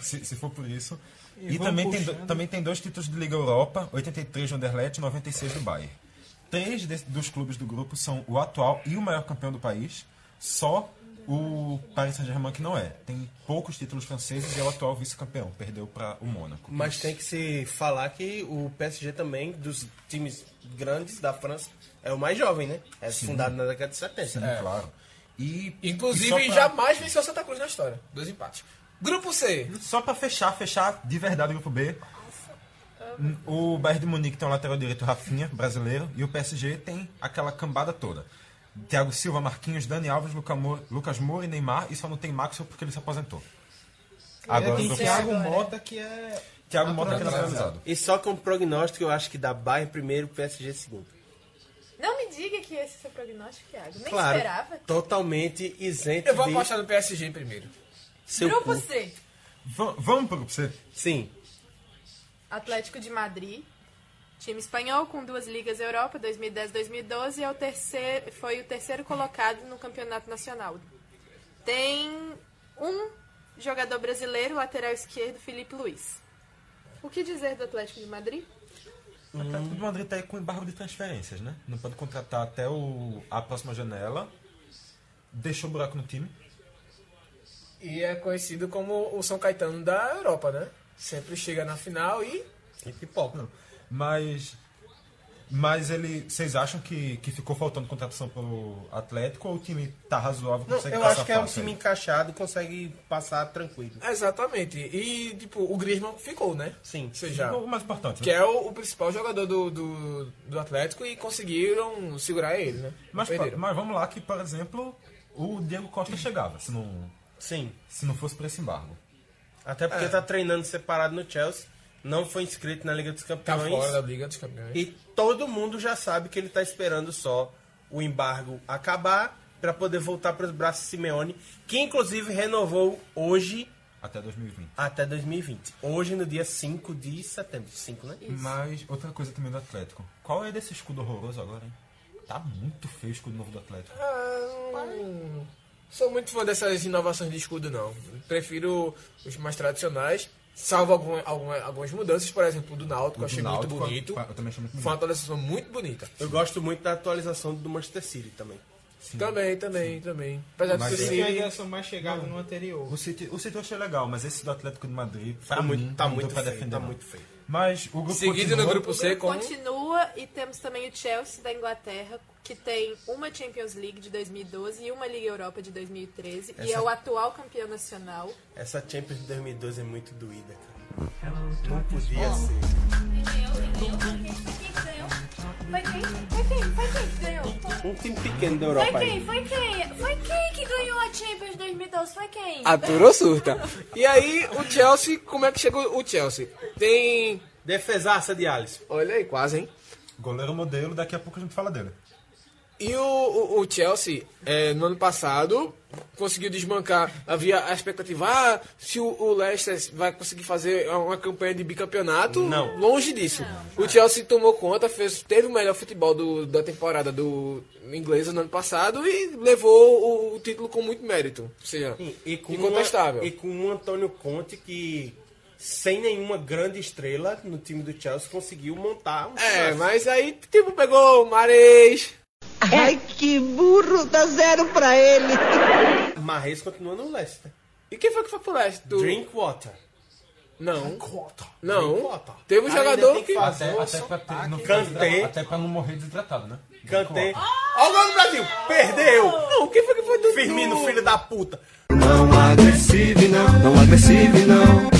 G: Se, se for por isso.
N: E
G: E,
N: vamos
G: também, tem, do-
N: puxando.
G: também tem dois títulos de Liga Europa, 83 do Anderlecht e 96 do Bayern. Três de- dos clubes do grupo são o atual e o maior campeão do país, só o Paris Saint-Germain que não é. Tem poucos títulos franceses e é o atual vice-campeão, perdeu para o Mônaco.
F: Mas tem que se falar que o PSG também, dos times grandes da França, é o mais jovem, né? É
G: Sim.
F: fundado na década de 70.
G: Sim,
F: É.
G: claro. E,
N: Inclusive,
G: e só pra-
N: jamais venceu Santa Cruz na história. Dois empates.
G: Grupo C. Só pra fechar, fechar de verdade o grupo B. N- O Bayern de Munique tem o lateral direito Rafinha, brasileiro, e o PSG tem aquela cambada toda. Thiago Silva, Marquinhos, Dani Alves, Luca Mo- Lucas Moura e Neymar, e só não tem Maxwell porque ele se aposentou. Agora
F: tem
G: o
F: Thiago
G: Mota
F: que é.
G: Thiago Mota que é naturalizado.
F: E só com um prognóstico, eu acho que dá Bayern primeiro, PSG segundo.
M: Não me diga que esse é seu prognóstico, Thiago. Nem
F: claro,
M: esperava.
F: totalmente isento
N: Eu vou
F: de
N: apostar no PSG primeiro.
F: seu
M: Grupo
F: cu.
M: C.
G: Va- Vamos pro grupo C?
F: Sim.
M: Atlético de Madrid. Time espanhol com duas ligas Europa, 2010-2012, é o terceiro, foi o terceiro colocado no campeonato nacional. Tem um jogador brasileiro, lateral esquerdo, Felipe Luiz. O que dizer do Atlético de Madrid?
G: O Atlético de Madrid tá aí com embargo de transferências, né? Não pode contratar até o- a próxima janela. Deixou buraco no time.
N: E é conhecido como o São Caetano da Europa, né? Sempre chega na final e.
F: E pipoca.
G: Mas. Mas ele. Vocês acham que, que ficou faltando contratação pelo Atlético ou o time tá razoável?
F: Não,
G: consegue
F: eu
G: passar
F: acho que é um
G: fácil
F: time
G: aí?
F: encaixado e consegue passar tranquilo.
N: Exatamente. E, tipo, o Griezmann ficou, né?
F: Sim.
N: Ou seja,
G: O mais importante. né?
N: que é o, o principal jogador do, do, do Atlético e conseguiram segurar ele, né?
F: é
G: Mas,
N: Perderam.
G: mas vamos lá que, por exemplo, o Diego Costa chegava, se não.
F: Sim.
G: Se não fosse por esse embargo.
F: Até porque
G: É.
F: tá treinando separado no Chelsea, não foi inscrito na Liga dos
N: Tá
F: Campeões.
N: fora da Liga dos Campeões.
F: E todo mundo já sabe que ele tá esperando só o embargo acabar para poder voltar para os braços de Simeone, que inclusive renovou hoje
G: Até 2020.
F: até 2020. Hoje no dia 5 de setembro, 5, né?
G: Mas outra coisa também do Atlético. Qual é desse escudo horroroso agora, hein? Tá muito feio o escudo novo do Atlético.
N: Ah, não sou muito fã dessas inovações de escudo, não. Prefiro os mais tradicionais, salvo alguma- alguma- algumas mudanças, por exemplo, o do Náutico, eu achei
G: Náutico,
N: muito bonito.
G: Eu também achei muito
N: Foi uma
G: bonito.
N: atualização muito bonita.
F: Eu gosto muito da atualização do Manchester City também.
N: Também, também, também. Apesar de
G: Mas
N: ser
G: esse
N: Siri-
J: ainda são mais chegados no anterior.
G: O City, o City eu achei legal, mas esse do Atlético de Madrid, pra
F: Tá
G: mim,
F: muito- tá
G: não deu
F: muito
G: pra
F: feio,
G: defender,
F: tá
G: não.
F: muito feio.
G: Mas o grupo
N: Seguido
G: continua-
N: no grupo C com
M: Continua sua e temos também o Chelsea da Inglaterra, que tem uma Champions League de 2012 e uma Liga Europa de 2013 e
F: Essa-
M: é o atual campeão nacional.
F: Essa Champions de 2012 é muito doída, cara. Não podia ser.
A: Foi quem? Foi quem? Foi quem que ganhou? Foi-
F: Um time pequeno da
A: Foi
F: Europa
A: quem?
F: aí.
A: Foi quem? Foi quem que ganhou a Champions 2012? Foi quem?
E: Aturou surta. E aí, o Chelsea, como é que chegou o Chelsea? Tem.
F: Defesaça de Alisson.
E: Olha aí, quase, hein?
G: Goleiro modelo, daqui a pouco a gente fala dele.
E: E o, o- o Chelsea, é, no ano passado, conseguiu desbancar. Havia a expectativa, ah, se o, o Leicester vai conseguir fazer uma campanha de bicampeonato. Não. Longe disso. O Chelsea tomou conta, fez, teve o melhor futebol do- da temporada do inglesa no ano passado e levou o, o título com muito mérito. Ou seja,
F: E com
E: incontestável.
F: uma- e com um Antônio Conte que, sem nenhuma grande estrela no time do Chelsea, conseguiu montar um
E: É,
F: time.
E: mas aí, tipo, pegou o Mares.
O: Ai, que burro, dá zero pra ele.
F: Marres continua no Leicester.
E: E quem foi que foi pro Leicester?
F: Drinkwater.
E: Não.
F: Não.
E: Teve um jogador que.
G: Até, até, pra
J: ah,
G: ter, não ficar
F: Kanté.
G: desidratado, até pra não morrer desidratado, né?
F: Cantei. Olha o gol do Brasil! Perdeu!
E: Não, quem foi que foi do
F: Firmino, filho da puta!
O: Não agressive, não, não agressive, não.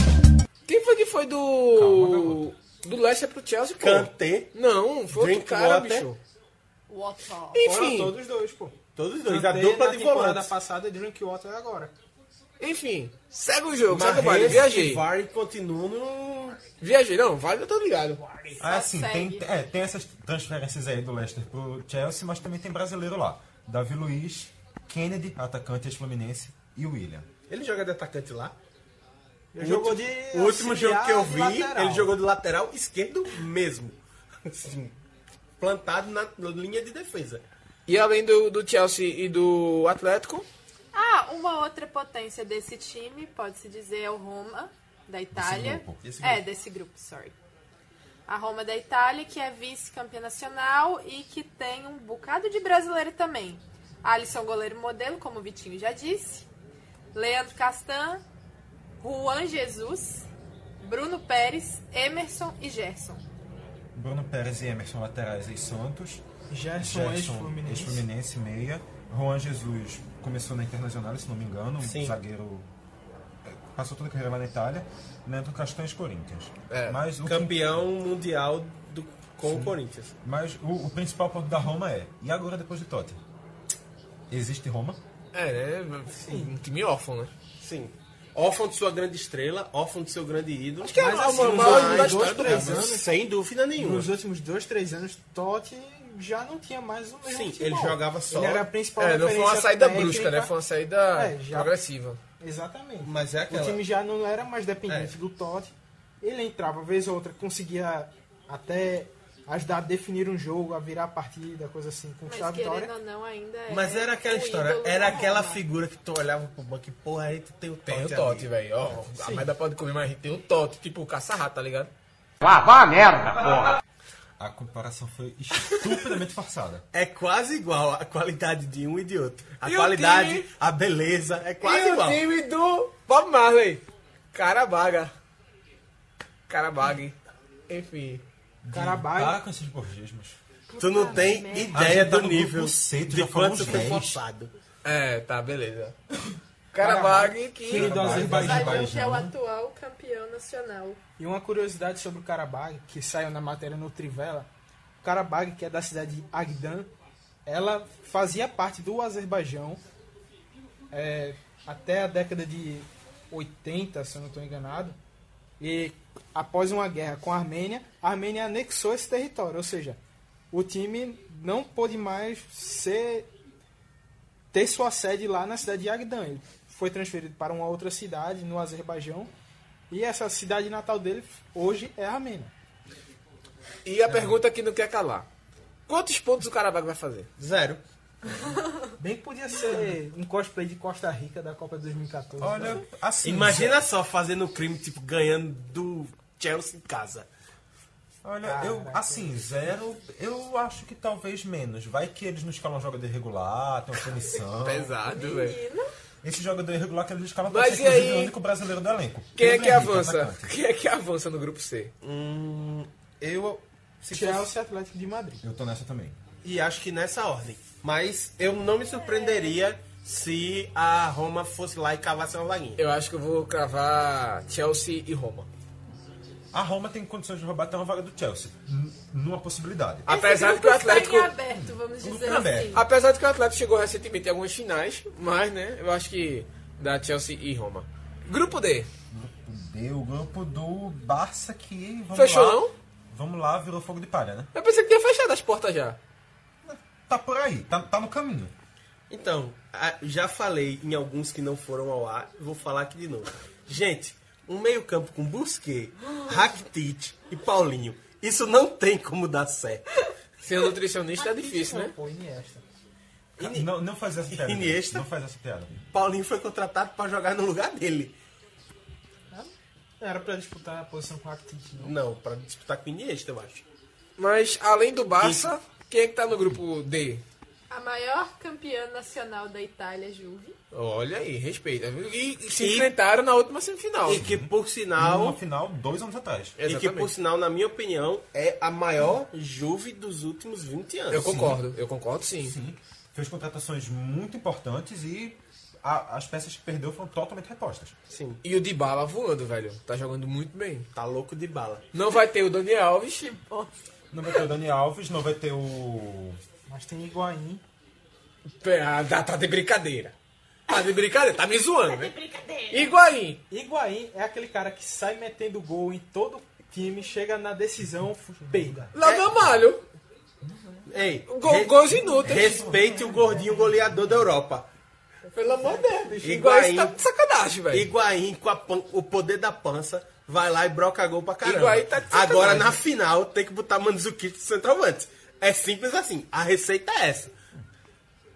E: Quem foi que foi do. do Leicester pro Chelsea, pô?
F: Kanté.
E: Não, foi outro cara,
F: Drinkwater.
E: bicho.
J: Foram
E: Enfim.
J: todos os dois, pô.
F: Todos os dois, a
J: Kanté
F: dupla
J: na
F: de
J: temporada
F: volantes.
J: passada, Drinkwater é agora.
E: Enfim, segue o jogo, segue o baile.
F: Marres
E: Viajei.
F: e Vardy continuam no...
E: Viajei, não, vale, eu tô ligado.
G: Ah, sim, tem, é, tem essas transferências aí do Leicester pro Chelsea, mas também tem brasileiro lá. Davi Luiz, Kennedy, atacante ex-fluminense, e William.
F: Ele joga de atacante lá?
J: Ele jogou de
F: O último jogo que eu vi,
J: auxiliar de lateral.
F: ele jogou de lateral esquerdo mesmo. Assim, plantado na linha de defesa.
E: E além do, do Chelsea e do Atlético,
M: Ah, uma outra potência desse time, pode-se dizer, é o Roma, da Itália.
G: grupo. Desse
M: É,
G: grupo.
M: desse grupo, sorry. A Roma da Itália, que é vice-campeã nacional e que tem um bocado de brasileiro também. Alisson, goleiro modelo, como o Vitinho já disse. Leandro Castan, Juan Jesus, Bruno Pérez, Emerson e Gerson.
G: Bruno Pérez e Emerson, laterais e Santos.
J: Gerson, ex-Fluminense.
G: ex-Fluminense, meia. Juan Jesus começou na Internacional, se não me engano, um
J: Sim.
G: zagueiro... é, Passou toda a carreira lá na Itália. Leandro Castanhos, Corinthians.
F: É,
G: Mas o que-
F: campeão mundial do, com
G: Sim.
F: o Corinthians.
G: Mas o, o principal ponto da Roma é... E agora, depois de Totti? Existe Roma?
E: é, né? Um time órfão, né?
F: Sim. Órfão de sua grande estrela, órfão do seu grande ídolo.
J: Acho que é
F: Mas,
J: a
F: assim,
J: maior-
F: nos
J: maior
F: últimos
J: das
F: dois,
J: três né?
F: três
J: anos.
F: Sem dúvida nenhuma.
J: Nos últimos dois, três anos, Totti já não tinha mais o mesmo
F: Sim,
J: futebol.
F: ele jogava só.
J: Ele era a principal
E: É, não foi uma
J: referência
E: saída
J: técnica.
E: brusca, né? Foi uma saída
J: É, já-
E: progressiva.
J: Exatamente.
F: Mas é aquela.
J: O time já não era mais dependente
F: É.
J: do Totti. Ele entrava vez ou outra, conseguia até ajudar a definir um jogo, a virar a partida, coisa assim,
M: Mas
J: conquistar a vitória.
M: querendo ou não, ainda é
F: Mas era
M: o
F: aquela história,
M: ídolo
F: era
M: da
F: aquela
M: Roma.
F: figura que tu olhava pro banco e, porra, aí tu tem o Totti.
E: Tem o
F: ali.
E: Totti, velho. Ó, a
F: Sim.
E: merda pode comer, mas tem o Totti, tipo o caça-rato, tá ligado?
G: Vá, vá merda, porra! A comparação foi estupidamente forçada.
F: É quase igual a qualidade de um e de outro. A
E: E o
F: qualidade,
E: time?
F: a beleza, é quase
E: e
F: igual.
E: o time do Bob Marley. Carabaga. Carabaga. Enfim.
J: Carabagno.
G: Para Tá com esses borgismos.
F: Tu não tem
G: A
F: ideia
G: gente tá
F: do
G: no
F: nível
G: grupo C, tu
F: de
G: já falou
F: quanto
G: uns
F: foi
G: 10.
F: forçado.
E: É, tá, beleza. Carabaga que...
J: Time do
M: Azerbaijão, que é o
J: Azerbaijão.
M: atual campeão nacional.
J: E uma curiosidade sobre o Karabag, que saiu na matéria no Trivela, o Karabag, que é da cidade de Agdan, ela fazia parte do Azerbaijão é, até a década de 80, se eu não estou enganado. E após uma guerra com a Armênia, a Armênia anexou esse território, ou seja, o time não pôde mais ser ter sua sede lá na cidade de Agdan. Ele foi transferido para uma outra cidade no Azerbaijão e essa cidade natal dele hoje é a Armênia.
E: E a pergunta que não quer calar. Quantos pontos o Carabaga vai fazer?
F: Zero.
J: Bem que podia ser um cosplay de Costa Rica da Copa de 2014.
G: Olha,
J: né?
G: assim.
F: Imagina só fazendo crime, tipo, ganhando do Chelsea em casa.
G: Olha, eu, assim, zero, eu acho que talvez menos. Vai que eles não escalam jogador irregular, tem uma punição.
E: Pesado, velho.
G: Esse jogador irregular que eles escalam
E: Mas
G: pode ser
E: e aí?
G: inclusive, é o único brasileiro do elenco.
E: Quem é
G: Pedro
E: que
G: Henrique,
E: avança?
G: atacante.
E: Quem é que avança no grupo C?
F: Eu Se
J: Chelsea
F: fosse-
J: e Atlético de Madrid.
G: Eu tô nessa também.
F: E acho que nessa ordem. Mas eu não me surpreenderia se a Roma fosse lá e cavasse uma vaguinha.
H: Eu acho que eu vou cravar Chelsea e Roma.
G: A Roma tem condições de roubar até uma vaga do Chelsea. N- Numa possibilidade.
H: Apesar de
M: Esse
H: que o
M: grupo é está
H: Atlético.
M: Em aberto, vamos dizer
G: em aberto.
M: assim.
H: Apesar de que o Atlético chegou recentemente em algumas finais, mas né, eu acho que da Chelsea e Roma. Grupo D.
G: Deu o grupo do Barça que. Vamos
H: Fechou,
G: lá,
H: não?
G: Vamos lá, virou fogo de palha, né?
H: Eu pensei que tinha fechado as portas já.
G: Tá por aí, tá, tá no caminho.
F: Então, a- já falei em alguns que não foram ao ar, vou falar aqui de novo. Gente, um meio-campo com Busquets, Rakitic e Paulinho, isso não tem como dar certo.
H: Ser nutricionista é difícil, né?
G: Não, não faz essa piada.
F: Iniesta?
G: Não faz essa piada.
F: Paulinho foi contratado pra jogar no lugar dele.
J: Era pra disputar a posição com o Rakitic, não.
F: Não, pra disputar com o Iniesta, eu acho.
H: Mas além do Barça, quem é que tá no grupo D?
M: A maior campeã nacional da Itália, Juve.
H: Olha aí, respeita. E se
F: E-
H: enfrentaram na última semifinal.
F: E que, por
G: Numa
H: Hum,
F: sinal,
G: final, dois anos atrás.
F: e que, por sinal, na minha opinião, é a maior Juve dos últimos 20 anos.
H: Eu concordo, eu concordo sim.
G: Sim. Fez contratações muito importantes e a- as peças que perdeu foram totalmente repostas.
F: Sim.
H: E o Dybala voando, velho. Tá jogando muito bem.
F: Tá louco de bala.
H: Não vai ter o Dani Alves.
G: Não vai ter o um, Dani Alves, um, não vai ter o.
J: Mas tem Higuaín.
H: Pé, ah, dá- tá de brincadeira. Tá de brincadeira, tá me zoando, né?
A: Brincadeira.
H: Higuaín.
J: Higuaín é aquele cara que sai metendo gol em todo time, chega na decisão, peida.
H: Lá do Amalho.
F: Ei,
H: Gol-
F: re-
H: gols inúteis.
F: Respeite o gordinho goleador da Europa.
H: Pelo amor de Deus, bicho.
F: Higuaín.
H: Higuaín tá de sacanagem, velho.
F: Higuaín com a pan- o poder da pança vai lá e broca gol pra caramba.
H: Higuaín tá de sacanagem.
F: Agora na final tem que botar Mandzukic de centroavante. É simples assim. A receita é essa.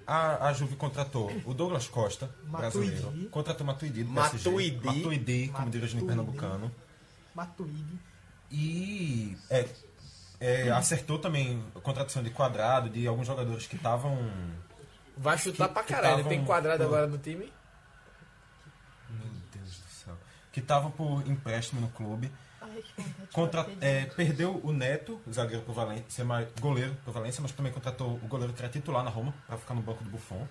G: A, a Juve contratou o Douglas Costa, brasileiro. Contratou Matuidi do PSG.
F: Matuidi.
G: Matuidi, como diria o pernambucano.
J: Matuidi.
G: E é, é, acertou também a contratação de quadrado, de alguns jogadores que estavam.
H: Vai chutar
G: Que-
H: pra
G: que
H: caralho.
G: tavam-
H: Tem quadrado
G: Hum.
H: agora no time.
G: Meu Deus do céu. Que estavam por empréstimo no clube. Contra, é, perdeu o Neto, zagueiro pro Valência, mas, goleiro pro Valência, mas também contratou o goleiro que era titular na Roma, pra ficar no banco do Buffon.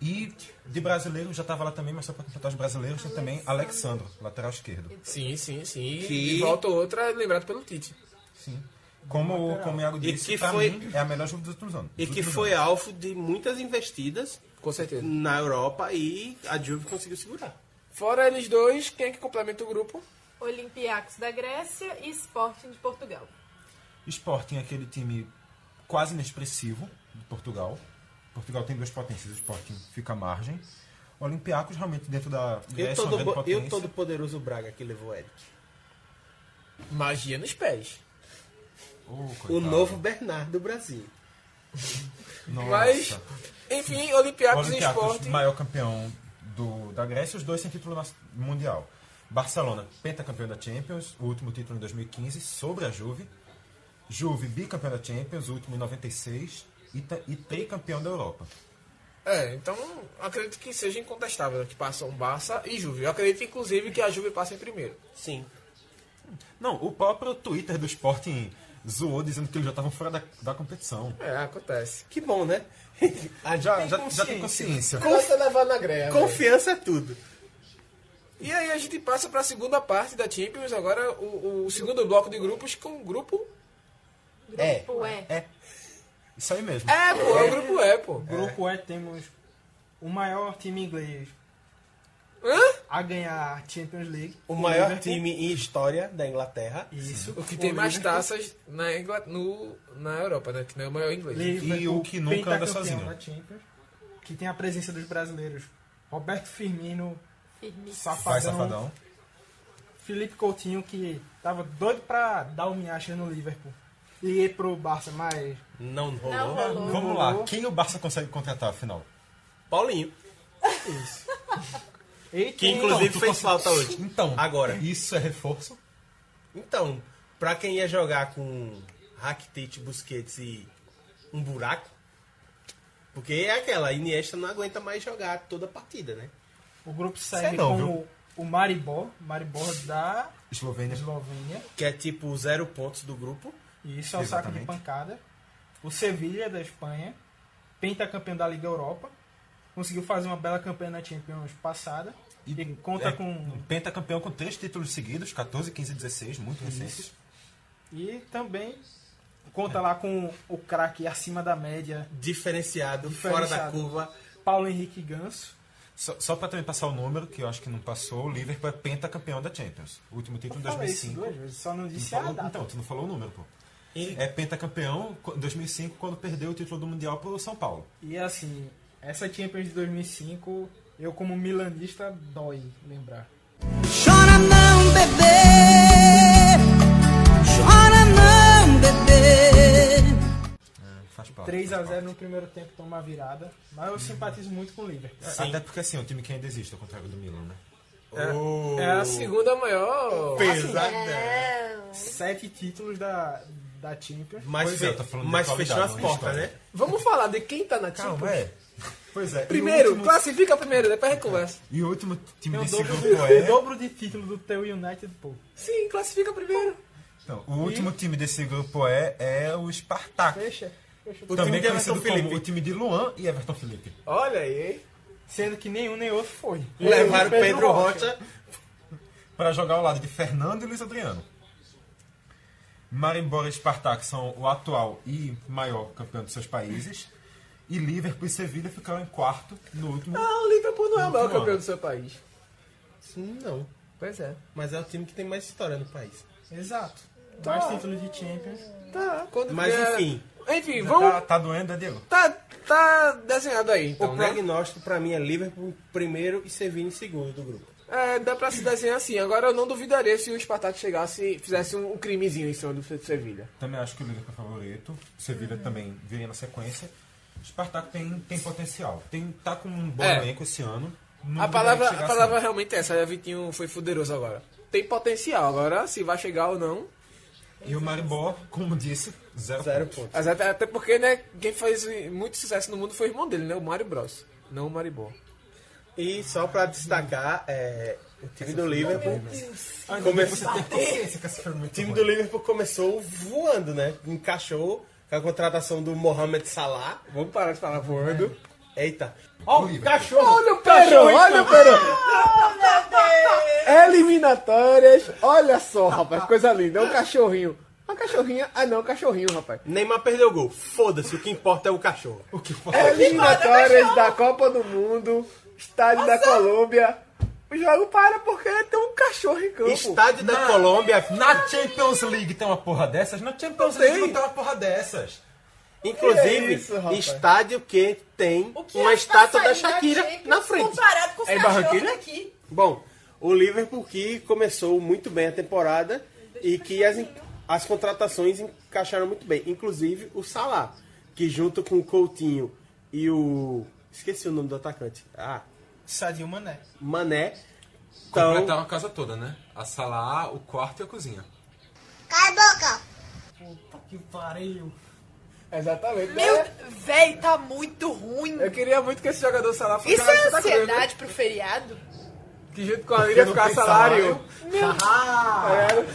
G: E de brasileiro, já tava lá também, mas só pra completar os brasileiros, tem também Alexandro, lateral esquerdo.
H: Sim, sim, sim.
F: Que-
H: E volta outra lembrado pelo Tite.
G: Sim. Como, como o Iago
F: E
G: disse,
F: que
G: pra
F: foi-
G: mim é a melhor jogo dos últimos anos.
F: E
G: Dos
F: que
G: últimos
F: foi
G: anos.
F: alvo de muitas investidas
H: Com certeza.
F: na Europa e a Juve conseguiu segurar.
H: Fora eles dois, quem é que complementa o grupo?
M: Olympiacos da Grécia e Sporting de Portugal.
G: Sporting, é aquele time quase inexpressivo de Portugal. Portugal tem duas potências, o Sporting fica à margem. O Olympiacos realmente dentro da
F: E o
G: Grécia, é uma grande
F: todo, bo- e o
G: potência.
F: todo poderoso Braga que levou o Eric.
H: Magia nos pés.
G: Oh,
F: O
G: coitado.
F: novo Bernardo do Brasil.
G: Nossa.
H: Mas, enfim, Olympiacos e
G: Olympiacos,
H: Sport.
G: maior campeão do, da Grécia, os dois sem título nas- mundial. Barcelona, pentacampeão da Champions, o último título em 2015, sobre a Juve. Juve, bicampeão da Champions, o último em 96 e, ta- e tricampeão da Europa.
H: É, então acredito que seja incontestável que passam Barça e Juve. Eu acredito, inclusive, que a Juve passa em primeiro.
F: Sim.
G: Não, o próprio Twitter do Sporting zoou dizendo que eles já estavam fora da, da competição.
H: É, acontece.
F: Que bom, né? A Juve
G: Já, já,
F: tem
G: já tem
F: consciência.
G: consciência.
H: Consta levar na greia.
F: Confiança é tudo.
H: E aí a gente passa para a segunda parte da Champions, agora o, o segundo bloco de grupos com o grupo
F: É.
M: Pô, é.
G: É. Isso aí mesmo.
H: É, pô, é o grupo E, pô.
J: Grupo E é, temos o maior time inglês
H: Hã?
J: a ganhar a Champions League.
F: O maior
J: Liverpool.
F: time em história da Inglaterra.
J: Isso.
H: O que tem mais taças na, Ingla... no... na Europa, né? Que não é o maior inglês.
G: E o que nunca anda sozinho.
J: Da Champions, que tem a presença dos brasileiros. Roberto Firmino,
M: Firme.
G: Vai,
J: Safadão,
G: safadão.
J: Felipe Coutinho, que tava doido pra dar o Minhachas no Liverpool. E ir pro Barça, mas...
F: Não rolou.
M: Não rolou.
G: Vamos lá, quem o Barça consegue contratar, afinal?
F: Paulinho.
J: E
F: Que
J: tem-
F: inclusive fez Então, falta hoje.
G: Então,
F: Agora.
G: Isso é reforço?
F: Então, pra quem ia jogar com Rakitic, Busquets e um buraco, porque é aquela, Iniesta não aguenta mais jogar toda a partida, né?
J: então, O grupo segue
G: Sei é não,
J: como o Maribor, Maribor da
G: Eslovênia.
J: Eslovênia.
F: Que é tipo zero pontos do grupo.
J: Isso, é o saco de pancada. O Sevilha, da Espanha, pentacampeão da Liga Europa, conseguiu fazer uma bela campanha na Champions passada. E, conta
G: É,
J: com.
G: Pentacampeão com três títulos seguidos, 14, 15 e 16, muito recentes.
J: E também conta lá com o craque acima da média.
F: Diferenciado, fora da
J: Diferenciado.
F: curva.
J: Paulo Henrique Ganso.
G: Só, só para também passar o número, que eu acho que não passou, o Liverpool é pentacampeão da Champions. O último título em
J: Eu falei isso
G: 2005.
J: duas vezes, só não
G: Não
J: disse a
G: falou-
J: data.
G: então, tu não falou o número, pô. É pentacampeão co- 2005, quando perdeu o título do Mundial pro São Paulo.
J: E assim, essa Champions de 2005, eu como milanista, dói lembrar.
B: Chora não, bebê. Chora não, bebê.
G: Faz parte.
J: 3x0 no primeiro tempo toma a virada, mas eu simpatizo muito com o Liverpool.
G: É, Até porque assim, é um time que ainda existe, ao contrário do Milan, né?
J: É-
G: Oh.
J: é a segunda
H: maior
F: Assim, é.
J: Sete títulos da, da Champions.
F: Mas,
G: Pois é,
F: fe-
G: tá falando de
F: mas
G: qualidade,
F: fechou as
G: não de
F: portas,
G: história.
F: né?
H: Vamos falar de quem tá na
G: Calma,
H: Champions?
G: é. Pois é. e o
H: Primeiro,
G: último-
H: classifica primeiro, depois a gente conversa.
G: E o último time
J: Tem o
G: desse
J: dobro,
G: grupo
J: tem
G: é.
J: o dobro de título do teu United, pô.
H: Sim, classifica primeiro.
G: Então, o último time desse grupo é, é o Spartak.
J: Fecha. fecha
G: O também conhecido como o time de Luan e Everton Felipe.
H: Olha aí, hein?
J: Sendo que nenhum nem outro foi.
F: Levaram o Pedro Rocha.
G: para jogar ao lado de Fernando e Luiz Adriano. Marimbora e Spartak são o atual e maior campeão dos seus países. E Liverpool e Sevilha ficaram em quarto no último.
H: Ah, o Liverpool não é o maior
G: Vamos lá.
H: campeão do seu país.
F: Sim, não.
H: Pois é.
F: Mas é o time que tem mais história no país.
J: Exato.
H: Tá.
J: Mais títulos de Champions.
H: Tá, quando
F: Mas
H: vier-
F: enfim.
H: Enfim,
G: Tá,
H: vamos.
G: tá doendo, é Diego?
H: Tá, tá desenhado aí,
F: o
H: então, né?
F: prognóstico pra mim é Liverpool primeiro e Sevilha em segundo do grupo.
H: É, dá pra se desenhar assim. Agora eu não duvidaria se o Spartak chegasse e fizesse um, um crimezinho em cima do Se- Sevilha.
G: Também acho que o Liverpool é favorito. O Sevilha também viria na sequência. O Spartak tem, tem potencial. Tem, tá com um bom
H: É.
G: elenco esse ano. Não
H: A palavra,
G: deve
H: a
G: chegar
H: palavra
G: assim.
H: realmente é essa, a Vitinho foi fuderoso agora. Tem potencial, agora se vai chegar ou não.
G: E o Maribor, como disse, zero,
F: Zero
G: pontos.
F: pontos.
H: Mas até, até porque, né, quem fez muito sucesso no mundo foi o irmão dele, né? O Mario Bros. Não o Maribor.
F: E só pra destacar, é, o time do Liverpool.
G: Ah,
F: Começou-
G: Você tem consciência que essa foi muito
F: O time
G: ruim.
F: do Liverpool começou voando, né? Encaixou com a contratação do Mohamed Salah.
H: Vamos parar de falar voando.
F: Eita.
G: O
F: Ó, o
G: Liverpool.
F: cachorro.
H: Olha o Perão, olha o Perão. Eliminatórias, olha só, rapaz, coisa linda. É um cachorrinho. Uma cachorrinha, ah não, um cachorrinho, rapaz.
F: Neymar perdeu o gol. Foda-se, o que importa é o cachorro.
G: O que foi?
H: Eliminatórias da Copa do Mundo, estádio da Colômbia. O jogo para porque tem um cachorro em campo.
F: Estádio da Colômbia.
G: Na Champions League tem uma porra dessas? Na Champions
H: Tem.
G: League não tem uma porra dessas.
F: Inclusive,
H: Que é isso, rapaz?
F: estádio que tem
P: O que
F: uma
P: é
M: tá
F: estátua da
P: passarinho
F: Shakira
P: Champions
F: na frente.
P: Comparado com os
H: É em
P: cachorros
H: Barranquilha?
P: daqui.
F: Bom, o Liverpool que começou muito bem a temporada e que as, as contratações encaixaram muito bem. Inclusive o Salah, que junto com o Coutinho e o... Esqueci o nome do atacante. Ah,
J: Sadio Mané.
F: Mané. Então,
G: Completaram a casa toda, né? A sala A, o quarto e a cozinha.
B: Cala a boca.
J: Que pariu.
H: Exatamente.
M: Meu,
H: É,
M: véi, tá muito ruim.
H: Eu queria muito que esse jogador Salah fosse
M: Isso
H: jogar no
M: é
H: Santa Cruz, né?
M: ansiedade pro feriado?
H: Que junto com a Liga
G: não
H: ficar
G: tem
H: salário.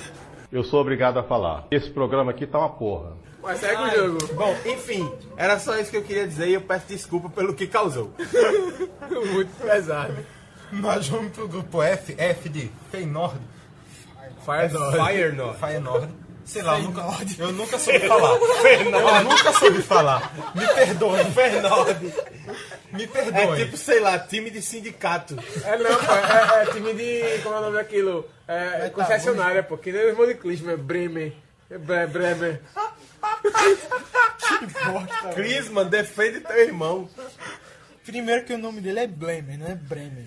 Q: Eu sou obrigado a falar. Esse programa aqui tá uma porra.
H: Mas segue o jogo.
F: bom, enfim, era só isso que eu queria dizer e eu peço desculpa pelo que causou.
H: Muito pesado.
G: Nós vamos pro grupo F, F de Feyenoord,
H: Fire
F: Feyenoord.
G: Feyenoord. Sei lá, eu nunca, eu nunca soube falar. Eu nunca soube falar. Me perdoe. Fernord. Me
F: É
G: perdoe.
F: tipo, sei lá, time de sindicato.
H: É não, pô, é, é time de. Como é o nome daquilo? É, é concessionária, pô. Que nem o irmão de Clisma, é Bremen. É Bre- Bremen.
F: Crisman, defende teu irmão.
J: Primeiro que o nome dele é Bremer, não é Bremer.